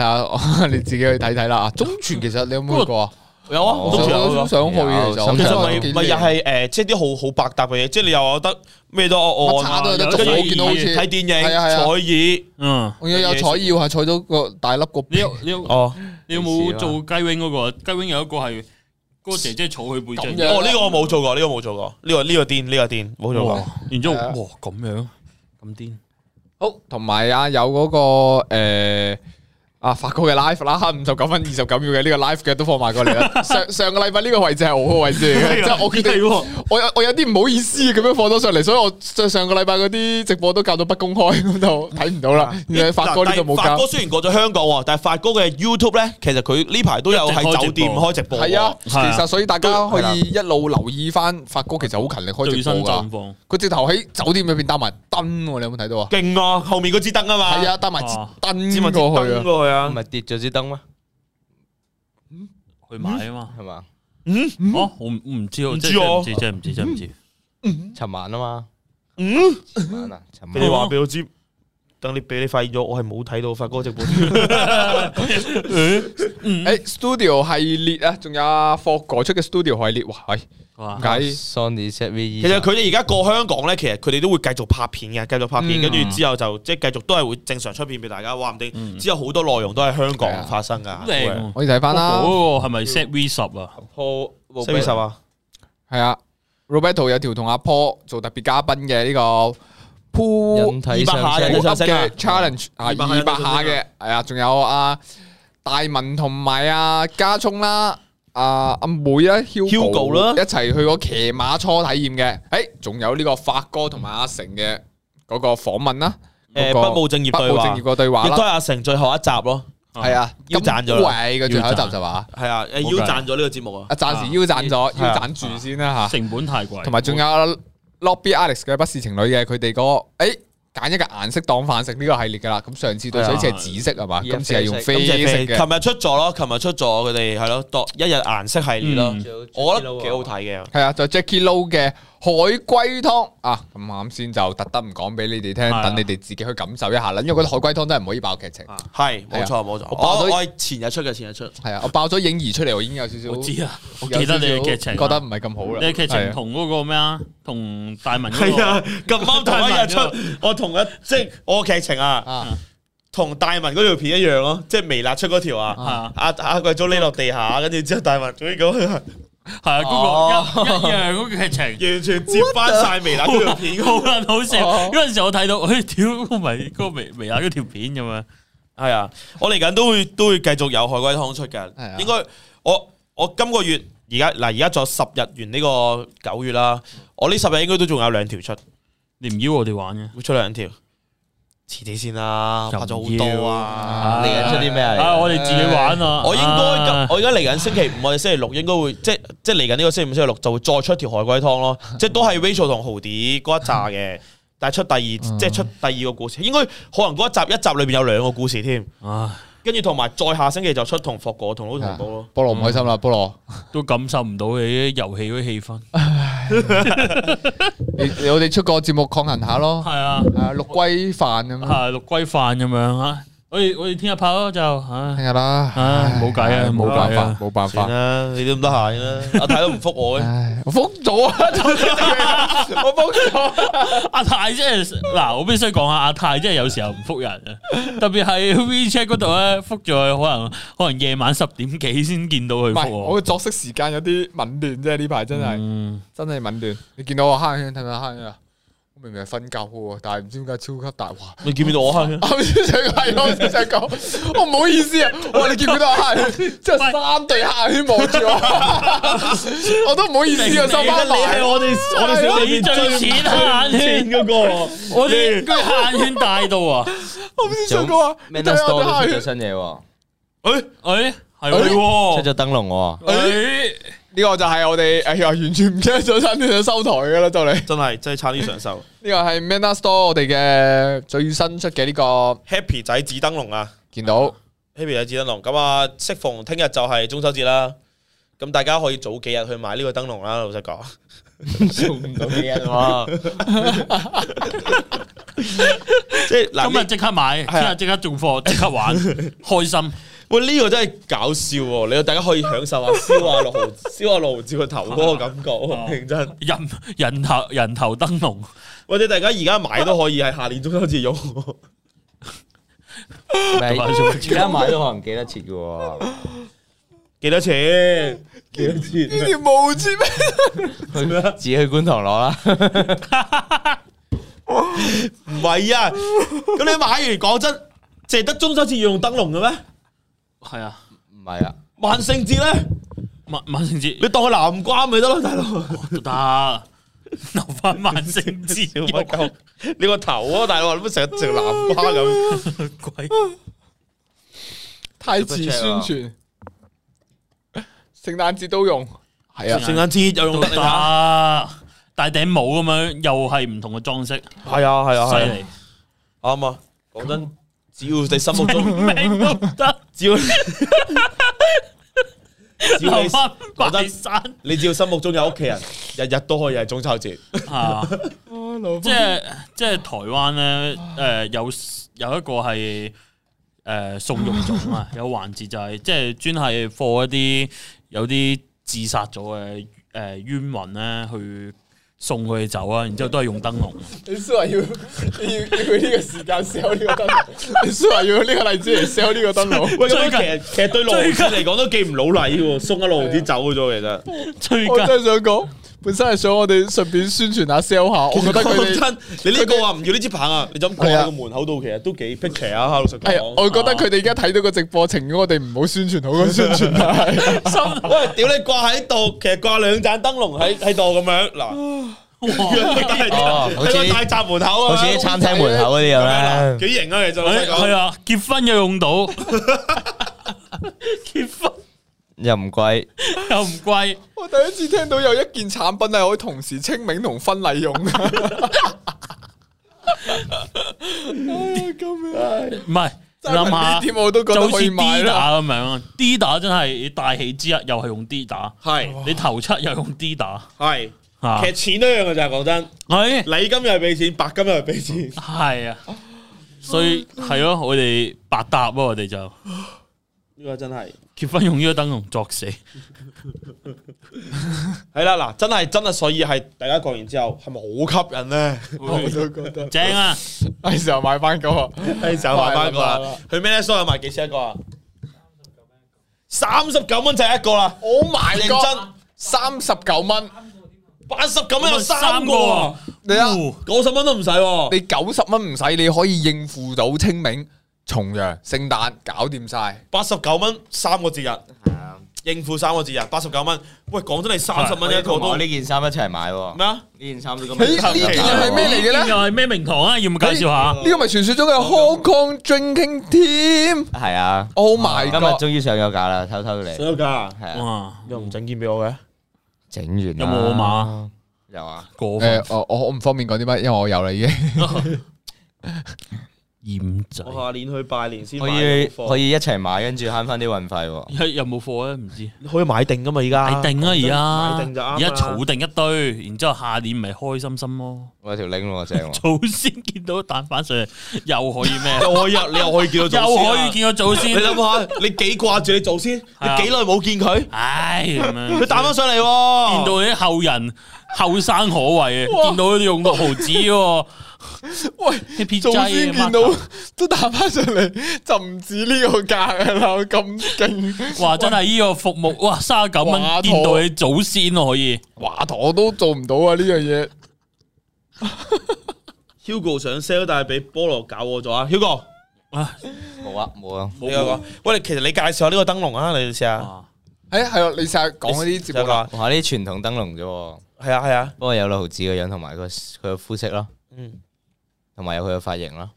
下， [laughs] 你自己去睇睇啦。啊，中傳其實你有冇去過啊？
有啊
哦
我
都
想
仲有
我
啊
都想
其
去嘅，
有其
實
實
咪咪又係誒，即係啲好好百搭嘅嘢，即係你又有得咩都
我
按
叉
啊，
都有得
有
做，
有
我見到好似
睇電影、
係啊係啊
坐椅，
嗯，
我有有彩耀係彩到個大粒個
你有你有
哦
你有冇做雞 wing 嗰個啊？雞 wing 有一個係嗰個姐姐坐佢背脊
咁
哦
樣，
呢個我冇做過，呢個冇做過，呢個呢個癲，呢個癲冇做過。
哇，然之後
係啊
哇咁樣咁癲，
好，同埋啊有嗰、個诶、啊發哥嘅 live 啦，五十九分二十九秒嘅呢個 live 嘅都放埋過嚟啦。上上个礼拜呢個位置係我個位置
[laughs]
嚟嘅，即係我決定
係
我有我有啲唔好意思咁樣放咗上嚟，所以我上上个礼拜嗰啲直播都教到不公開，咁就睇唔到啦。而發哥呢度冇
但係發
教
哥，雖然過咗香港喎，但係發哥嘅 YouTube 咧，其實佢呢排都有
一直開直
喺
播
酒店開直播喎。
係啊，其
係啊
實所以大家可
係啦
以一路留意翻發哥，其實好勤力開
最
直
新
播
狀
噶。
況。
佢直頭喺酒店入边搭埋燈喎，你有冇睇到啊？
勁啊！後面嗰支燈啊嘛，
係啊，搭埋
啊
支
燈
咪
過去
燈
啊。
過去啊
唔。係跌咗支燈咩？
去買啊嘛。
係嘛？
嗯
哦，我唔我唔知喎，啊
唔
即
知
係
喎
即係唔知，真係唔知，真係唔知。
尋晚啊嘛，
嗯，
尋晚啊，尋
俾你
哦
晚
話俾我知，等你俾你發現咗，我係冇睇到發哥
[laughs]
直播。
诶，Studio 系列啊，仲有阿霍哥出嘅 Studio 系列，哇，係
哇
點！解
Sony E ZV-E
其實佢哋而家過香港咧，其實佢哋都會繼續拍片嘅，繼續拍片，
嗯
跟住之後就即係繼續都係會正常出片俾大家。話唔定之後好多內容都喺香
嗯係啊
港發生噶。
好靚喎
我哋睇翻啦，
嗰個係咪
嗯
set V 十啊？
鋪
四月十啊，
系啊，Roberto 有条同阿 Paul 做特别嘉宾嘅呢个 Pool
引體上
200下
升
引體上升啊
嘅 challenge 啊，二
200下
百下
引體上升
嘅系啊，仲有阿大文同埋阿家聰啦。阿阿妹啦
Hugo 啦
一齊去個騎馬初體驗嘅，誒，仲有呢個發哥同埋阿成嘅嗰個訪問啦，
誒
嗰個
不務正業
不
對
務正
話
業，個對話
亦都係
啦，
阿成最後一集咯。
係啊，
腰斬咗啦
貴嘅最後一集就話，
係啊，誒
冇計
腰賺咗呢個節目啊。
啊暫時腰斬咗，
啊
腰斬住先啦嚇。
啊成本太貴，
同埋仲有 Lobby Alex 嘅不是情侶嘅，佢哋嗰個誒揀一個顏色當飯食呢個系列噶啦。咁上次對水似係紫色係嘛，
係啊
今次係用
咁
啡
就
色
係琴
嘅。
日出咗咯，琴日出咗佢哋係咯，度一日顏色系列咯
嗯，
我覺得幾好睇嘅。
係啊，就 Jackie Lou 嘅海龜湯啊，咁啱先就特登唔講俾你哋聽，
係啊
等你哋自己去感受一下啦。因為嗰啲海龜湯真係唔可以爆劇
嗯
情。
係
係啊
冇錯冇錯，
我爆咗
我我係前日出嘅，前日出。
係啊，我爆咗影兒出嚟，我已經有少少，
我知啊，我
有
記得
少
你
少
嘅劇情啊，
覺得唔係咁好啦。
你嘅劇
係
情
啊
同嗰個咩啊？同大文嗰
係啊
個，
咁啱同一日出，
[laughs]
我同一即係我劇情啊，
啊，
同大文嗰條片一樣咯，即係微辣出嗰條啊。
係啊
阿阿貴祖匿落地下，跟住之後大文總之咁樣
係啊，
哦
嗰個一一樣嗰個劇情。
完全接翻晒微辣嗰條片。
好啦，好笑！
哦
嗰阵时我睇到，诶，屌，嗰咪嗰個微微辣嗰條片咁樣，
係啊，我嚟緊都會都會繼續有海龜湯出
係啊
嘅。應該我我今個月而家嗱而家仲有十日完呢個九月啦，我呢十日應該都仲有兩條出，
你唔邀我哋玩嘅。
會出兩條。遲啲先啦，
就唔
拍咗好多啊！
嚟緊出啲咩啊嚟緊
啊，我哋自己玩啊！
我應該
啊
咁，我而家嚟緊星期五，我哋星期六應該會，即即嚟緊呢個星期五、星期六就會再出條海龜湯 [laughs] 咯，即都係 Rachel 同豪啲嗰一紮 [laughs] 嘅，但係出第二，即出第二個故事，應該可能嗰一集一集裏邊有兩個故事添，
唉，
跟住同埋再下星期就出同霍哥同老同寶咯。
啊菠蘿唔開心啦，菠蘿。
都感受唔到你啲遊戲嗰啲氣氛。
啊
你你我哋出個節目抗衡下咯，
係啊，
啊六龜飯咁樣，
係啊六龜飯咁樣啊！我哋我哋聽日拍咯，就唉
聽日啦，
唉冇計啊
唉
冇計啊
辦法，冇辦
算 [laughs]
法，
啦，你都唔得閒啦，阿太都唔覆我嘅，
唉，我封咗啊， [laughs] 我封咗，
阿泰真係嗱，我必須講下阿泰真係有時候唔復人啊，特別係 WeChat 嗰度咧，復咗佢可能可能夜晚十點幾先見到佢
唔
復
係我
我。
嘅作息時間有啲紊亂啫，呢排真係
嗯，
真係紊亂。你見到我黑眼圈睇唔睇黑眼圈啊？我明明係瞓覺嘅喎，但係唔知點解超級大哇！
你見唔見到我啊？
[laughs] 我先想係咯，我先想講，我唔好意思啊！哇，你見唔見到我黑眼圈？即係三對黑眼圈望住
[laughs]
我，我都唔好意思啊，收翻埋。
我哋我
哋
小弟最淺啊最淺
嗰個，
我哋居眼圈大到啊！
我唔知想講啊，你
Man
睇
of
下哦
Store
我對黑
都
眼
出咗
圈。
新嘢喎，
[laughs] 誒
诶，係
哎
喎
出，咗燈籠喎，
诶，
呢個就係我哋哎呀，完全唔記得咗新嘅收台噶啦，就嚟。
[laughs] 真係真係差啲上手
呢個係 Mana Store 我哋嘅最新出嘅呢個，
，Happy 仔紫燈籠啊！
見到
Happy 有紫燈籠，咁啊，適逢聽日就係中秋節啦，咁大家可以早幾日去買呢個燈籠啦。老實講，
做唔到嘅喎，
即係嗱，
今日
呢
即刻買，
係啊
聽日即刻中貨，即
[laughs]
刻玩，開心。
喂呢個真係搞笑喎！你大家可以享受下燒下
[laughs]
六毫燒下六毫子個頭嗰個感覺，
哦
認真。
人人頭人頭燈籠，
或者大家而家買都可以，係下年中秋節用。 [laughs]
咪
[laughs]
而家買都可能記得切嘅喎，
幾多錢？幾多錢？
呢條毛線咩？
自己去觀塘攞啦，
唔係啊！咁你買完講真，淨係得中秋節要用燈籠嘅咩？
係啊，
唔係啊，
萬聖節咧，
萬萬聖節
你當佢南瓜咪得咯，大
[laughs]
佬。
都得，留翻萬聖節
小乜鳩？你個頭啊，大佬，你乜成日食南瓜咁？
[laughs] 鬼
太遲宣傳，聖誕節都用，係啊，
聖誕節又
都
用得啊！
得，戴頂帽咁樣又係唔同嘅裝飾，犀
係啊係啊係啊，
利，
啱啊！講真，只要你心目
[laughs]
中，
明都
[laughs]
得，
只要只要
留
你
翻
講
白
真
山 [laughs]
啊
你只要心目中有屋企人，日日都可以係中秋節。
啊，
留
即係即係台灣咧，誒、有有一個係誒、送肉粽
[laughs]
啊，有環節就係、即係專係放一啲有啲自殺咗嘅誒冤魂咧去送佢哋走啊，然之後都係用燈
[laughs]
籠。
你雖話要要要佢呢個時間 sell 呢個燈籠，你雖話要呢個例子嚟 sell 呢個燈籠，
喂，咁
最近
樣其實其實對路
最近
嚟講都幾唔老禮喎，送一路啲走咗其實。
最
我
近
真係想講，本身係想我哋順便宣傳下 sell 下，我覺得佢哋。
真，你呢個話唔要呢支棒啊，你就咁掛
係啊
喺個門口度，其實都幾 picture 啊，老實
係啊，我
講。
覺得佢哋而家睇到個直播，情願我哋唔好宣傳好過宣傳 [laughs] 啦。
心
喂，屌你掛喺度，其實掛兩盞燈籠喺喺度咁樣 [laughs] 嗱，喺個大閘門口
哦好似好
啊，
似啲餐廳門口嗰啲咁
[laughs]
啦。
幾型啊，其實老實
係
講。
啊，結婚又用到， [laughs] 結婚
又唔貴，
又唔貴，
我第一次聽到有一件產品係可以同時清明同婚禮用嘅。哎呀，救命！
唔係你
真
諗
係憑
下。
呢啲我都
就
覺得
好
可
似
以
D
買啦。
打咁樣，D 啊打真係大喜之一，又係用 D 打。
係
你頭七又用 D 打
係，
啊哎
其？實錢都一樣嘅咋，講真，
係
禮金又係俾錢，白金又係俾錢。
係啊，所以係咯，我哋白搭咯，我哋就
呢個真係
結婚用呢個燈籠作死，
係啦，嗱，真係真係，所以係大家講完之後，係咪好吸引咧？
我
[laughs]
都覺得
正啊！
係時候買翻個啊！
係時候買翻個啦。去咩咧？所有賣幾錢一個啊？三十九蚊就係一個啦，
我買
認
個
真
三十九蚊，
八十九蚊有三
三
個
個
喎
喎，
你啊，
哦
九十蚊都唔使喎。
你九十蚊唔使，你可以應付到清明、重陽、聖誕，搞掂晒。
八十九蚊三個節日，應付三個節日，八十九蚊。喂，講真，你三十蚊一個
同
都
我
咩
呢件衫一齊買喎。
啊？
呢件衫都咁。
咦呢件又係咩嚟嘅咧？
又係咩名堂啊？要唔要介紹下？
呢個咪傳說中嘅 Hong Kong Drinking Team。
係啊，
Oh my
今日
god！
終於上咗架啦，偷偷嚟。
想有價，
係啊，
哇！
又唔整件俾我嘅。
整完
哦有冇我碼
碼？有啊，
過分
誒，我我我唔方便講啲乜，因為我有啦已經。
厭仔
我下年去拜年先買
可以
貨
可以一齊買，跟住慳翻啲運費喎。
有有冇貨啊咧？唔知
可以買定噶嘛？而家
買定啦，而
買
家
定就啱啦啊
而家儲定一堆，然之後下年咪開心心咯。 [laughs]
我有條 link 喎，正喎。
祖先見到蛋反上嚟又可以咩？
又可以啊，你又可以叫到 [laughs] 祖
[laughs] 又
先啊
可以見到祖先
你。諗下，你幾掛住你祖先？你幾
啊
耐冇見佢？
唉，咁樣
佢打翻上嚟喎，
見到啲後人後生可畏啊！見到佢哋用六毫子喎，
[laughs] 喂，
Happy
[laughs] 祖先
Jai
見到都打翻上嚟，就唔止呢個價噶啦，咁勁。
哇！真係呢個服務哇，三十九蚊
哇
見到你祖先咯，可以
華佗都做唔到啊呢樣嘢。
Hugo 想 sell，但係俾菠蘿搞我咗啊！Hugo，
啊！
冇啊，冇啊。
你又講，喂，其實你介紹下呢個燈籠啊，你試下。
哇
诶，係啊，你成日講嗰啲節目啦，
哇！呢啲傳統燈籠啫喎，
係啊係啊，
不過有六毫子嘅樣同埋個佢嘅膚色咯，
嗯，
同埋有佢嘅髮型咯。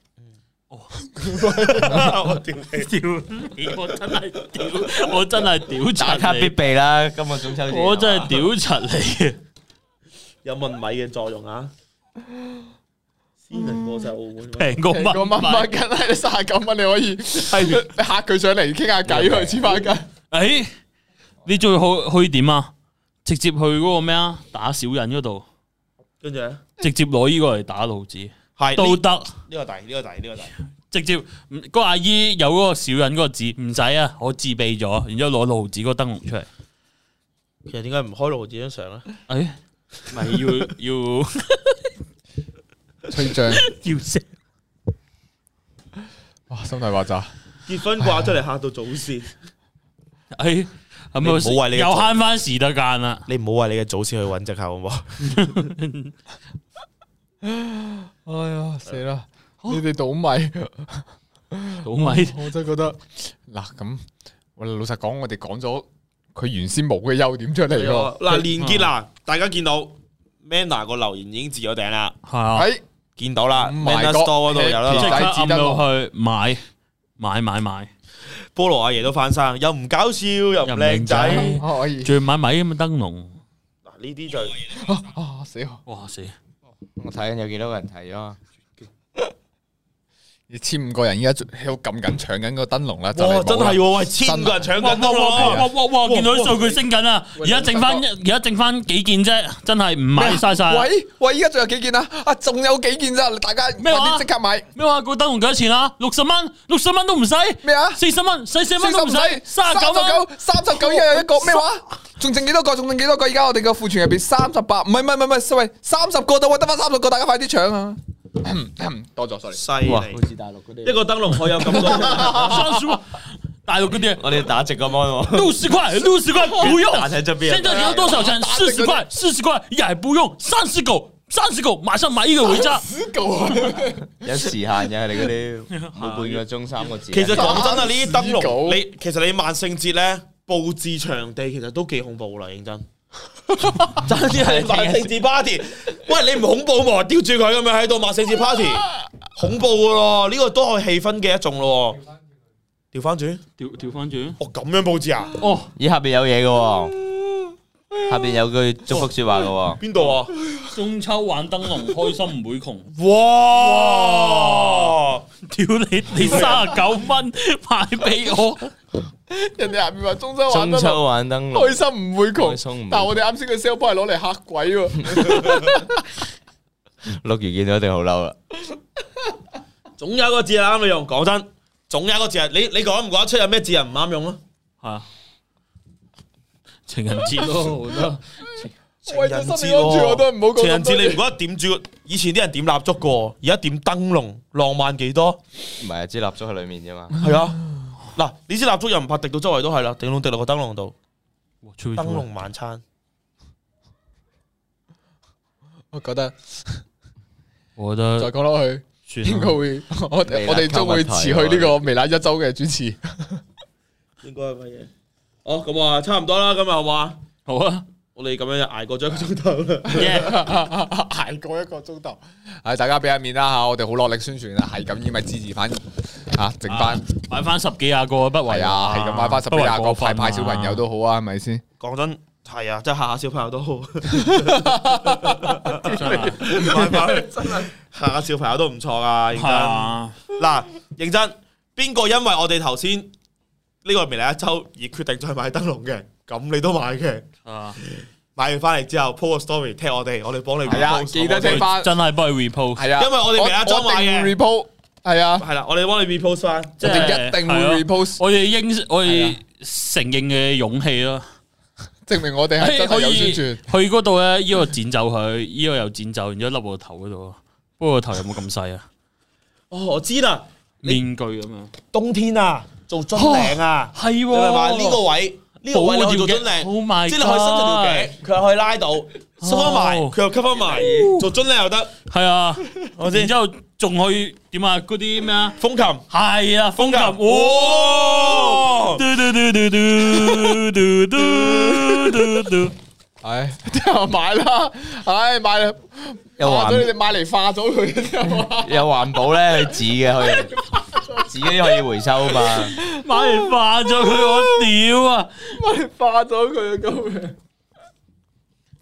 我屌你，
屌你！我真係屌，我真係屌
大家必
柒
備啦，今個中秋節。
你，我真係屌柒
[laughs]
你
有問米嘅作用啊！先人過晒澳
[laughs]
門，
啊！平過
平個
蚊
蚊
蚊
蚊，梗係你三十九蚊你可以，係你嚇佢上嚟傾下偈，佢黐翻筋。
誒，你最好去點啊？直接去嗰個咩啊？打小人嗰度，
跟住咧
直接攞呢個嚟打老子
係
都
呢
得。
呢個大，呢個大，呢個大。
直接唔嗰個阿姨有嗰個小人嗰個字，唔使啊，我自備咗，然之後攞六毫子嗰個燈籠出嚟。
其實點解唔開六毫子張相咧？
哎，咪要 [laughs] 要
吹脹，
要食
哇，心大爆炸。
結婚掛出嚟嚇到祖先，
哎，咁咪
你唔好為你嘅
又慳翻時得間啦。
你唔好為你嘅祖先去揾藉口好唔好？
哎呀，死啦！你哋倒米，
好咪
我真係覺得嗱咁，我老實講，我哋講咗佢原先冇嘅優點出嚟喎。
嗱，連結啦，大家見到 Manner 個留言已經置咗頂啦，
係啊，
喺
見到啦
Oh my
，Manner
God
Store 嗰度有得留
即係
唔。
刻
使指
暗
得
到去買買買買，
菠蘿阿爺都翻生，又唔搞笑，又唔靚仔。嗱
又唔靚仔
哎啊可以
仲要買米咁嘅燈籠。
呢啲就
啊死我！
哇死！
我睇緊有幾多個人睇啊？
而千五個人而家喺度撳緊搶緊個燈籠啦，就
哇，
嚟
真
冇啦
係喎，喂，千個人搶緊
哇哇
燈
哇哇
咯，
哇哇！見到啲數據升緊啊，而
喂
家剩翻
你
而家剩翻幾件啫，真係唔買晒晒。
喂喂，依家仲有幾件啊？啊，仲有幾件咋？大家
咩
快
話
啲即刻買
咩話？個燈籠幾多錢啊？六十蚊，六十蚊都唔使。
咩啊？
四十蚊，四十蚊
四十
都
唔
唔
使
使，三十九蚊。
九，三十九一有一個咩話？仲剩幾多個？仲剩幾多個？而家我哋嘅庫存入邊三十八，唔係唔係唔係唔係，喂，三十個到，得翻三十個，大家快啲搶
[clears throat]
啊！多咗，sorry。
犀利，
似大陸嗰
一
啲。
個燈籠可以有咁
[laughs]
多，
三十蚊，大陸嗰啲啊
我哋打直個 mon
[laughs]
喎，
六十塊，六十塊不用。
打喺側邊。啊
現在你要多少錢？四十塊，四十塊也不用。三十狗，三十狗，馬上買一個回
[laughs]
家。
死狗啊！
有時限嘅，你嗰啲每半個鐘三個字。
其實講真啊，呢啲燈
狗
籠，你其實你萬聖節咧佈置場地，其實都幾恐怖啦，認真。
真啲係
萬聖節 party，喂你唔恐怖嘛？吊住佢咁樣喺度萬聖節 party，恐怖噶咯，呢個都係氣氛嘅一種咯。調翻轉，
調調翻轉。
哦咁樣佈置啊？
哦，
咦，下邊有嘢嘅喎，下邊有句祝福說話嘅
[laughs]
喎。
邊度啊？
中秋玩燈籠，開心唔會窮。
哇！
[laughs] 屌你，你三十九蚊買俾我，
人哋下面話中秋玩
中
得哎
秋玩燈
開 [laughs] 心唔
籠，
會
開心唔
窮
會，
但係我哋啱先嘅 sell 波係攞嚟嚇鬼喎。
六月見到一定好嬲啦。
總有一個字係啱你用，講真，總有一個字係你你講唔講得出有咩字係唔啱用啊？
係啊，情人節咯，我覺得
情
為
人
咗
節
心理安全，我都唔好講咁多
情
嘢。
人節你唔覺得點住？以前啲人點蠟燭噶，而家點燈籠，浪漫幾多？
唔係啊支蠟燭喺裏面
[laughs]
啫嘛。
係啊，嗱，呢支蠟燭又唔怕滴到周圍都係啦，頂籠滴落個燈籠度，
哇吹
燈籠晚餐。
我覺得
我覺
再
得
講落去，
算
應該
嗯啦。
會我我
微辣
哋將會辭去呢個微辣一周嘅主持。
應該係乜嘢？哦，咁啊，差唔多啦，今日好嘛？
好啊，
我哋咁樣就捱過咗一個鐘頭 [laughs] 啦。
捱過一個鐘頭，係大家俾下面啦吓，我哋好落力宣傳啦，係咁，因為支持翻吓整翻，
買翻十幾廿個不為
係啊，係咁買翻十幾廿個派派小朋友。
不為過分啊
都好啊，係咪先？
講真，係啊，即係下下小朋友 [laughs] 都好，
真係
買返去下下小朋友都唔錯啊，認
係
真。
啊，
嗱，認真，邊個因為我哋頭先呢個微利一周而決定再買燈籠嘅？咁你都買嘅，
係啊，
買完翻嚟之後 po 個 story 踢我哋，我哋幫你
係啊
repost，
記得
好唔好
take 返
真係幫佢 repost。
係啊，
因為我哋微辣一周買嘅
我一定會 repost 係啊，
係啦，我哋幫你 repost 翻，
即
我
係
哋一定
係啊
會 repost，啊
我哋應我哋承認嘅勇氣咯，
證明我哋係啊真係
可
有
以
宣
去
傳。
嗰度咧，呢個剪走佢，呢個又剪走，然之後笠我頭嗰度。不過個頭有冇咁細啊？
哦，我知啦，
面具咁樣，
冬天啊，做樽領啊，
係
你明嘛？呢個位呢個位你可以做樽領。
，Oh my，
即係你可以伸長條頸，佢又可以拉到，
哦
收翻埋，佢又吸翻埋，做樽咧又得，
係啊，
我
然
先
之後仲去點啊？嗰啲咩啊？
風琴，
係啊，風琴，哦
風琴，
哇！
哇！
嘟嘟嘟嘟嘟嘟嘟嘟嘟，
唉，之後買啦，唉買啦，
又
化
環
咗你哋買嚟化咗佢之後啊，
[laughs] 有環保咧，佢紙嘅可以，紙嗰啲可以回收嘛。
買嚟化咗佢，我屌啊！
買嚟化咗佢啊咁樣。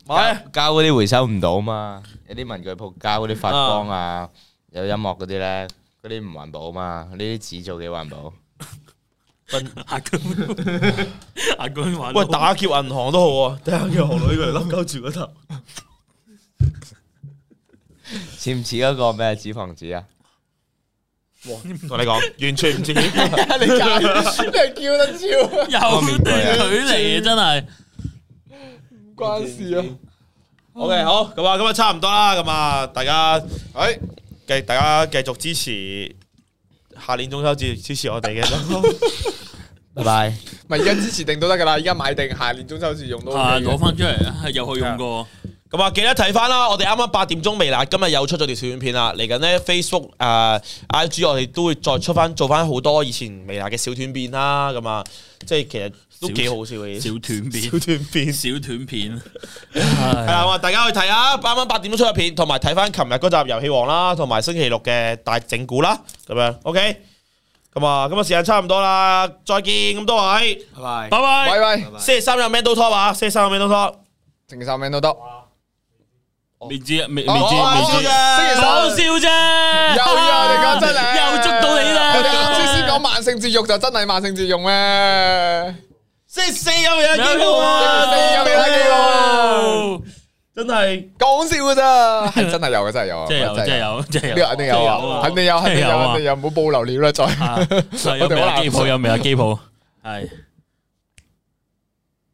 買
膠嗰啲回收唔到嘛，有啲文具鋪膠嗰啲發光啊，有音樂嗰啲咧，嗰啲唔環保嘛，呢啲紙做幾環保？
阿姜，阿姜話：
喂，打劫銀行都好啊，打劫行女佢嚟笠鳩住個頭，
似唔似嗰個咩紙房子啊？
同你講， [laughs] 完全唔知，係
[laughs]
你教， [laughs] 你叫得超，
有段距離啊，真係。
唔關事啊。
OK，好，咁啊，今日差唔多啦，咁啊，大家哎
唉，
繼大家繼續支持下年中秋節支持我哋嘅，
拜拜。
咪而家支持定都得噶啦，而家買定，下年中秋節用都 OK
啊！攞
嘅。
翻出嚟，係又去用過。
咁啊記得睇翻啦，我哋啱啱八點鐘微辣，今日又出咗條小短片啦，嚟緊呢 Facebook 誒、IG 我哋都會再出翻做翻好多以前微辣嘅小短片啦，咁啊，即係其實都幾好笑嘅嘢
小短片，
小短片。
小短片，
系
唉
啊，咁啊大家去睇下，啱啱八點鐘出嘅片，同埋睇翻琴日嗰集遊戲王啦，同埋星期六嘅大整蠱啦，咁樣，OK，咁啊，今日時間差唔多啦，再見咁多位，
拜拜。
拜拜
拜。拜，
星期三有 man 都拖啊，星期三有 man 都拖。
剩三名都得。
未知啊，未未知，
哦
未知，
星期三
講笑啫。
有啊你講真係
[laughs] 又捉到你
我哋啱先先
啦。
講萬聖節肉就真係萬聖節肉咩？
[laughs]
星期四有未有
有
記錄啊？
星期四有未有記錄啊
真係
講笑㗎咋，係真係有嘅，真係有啊，
真係有，真係
有。
有，真係
呢個肯定有啊，肯定有，肯定有，肯定有，唔好報流料啦，再。
啊！有未有機鋪？有未有機鋪？係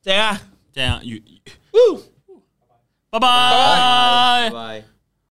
正啊！
正啊！月，拜拜。
拜。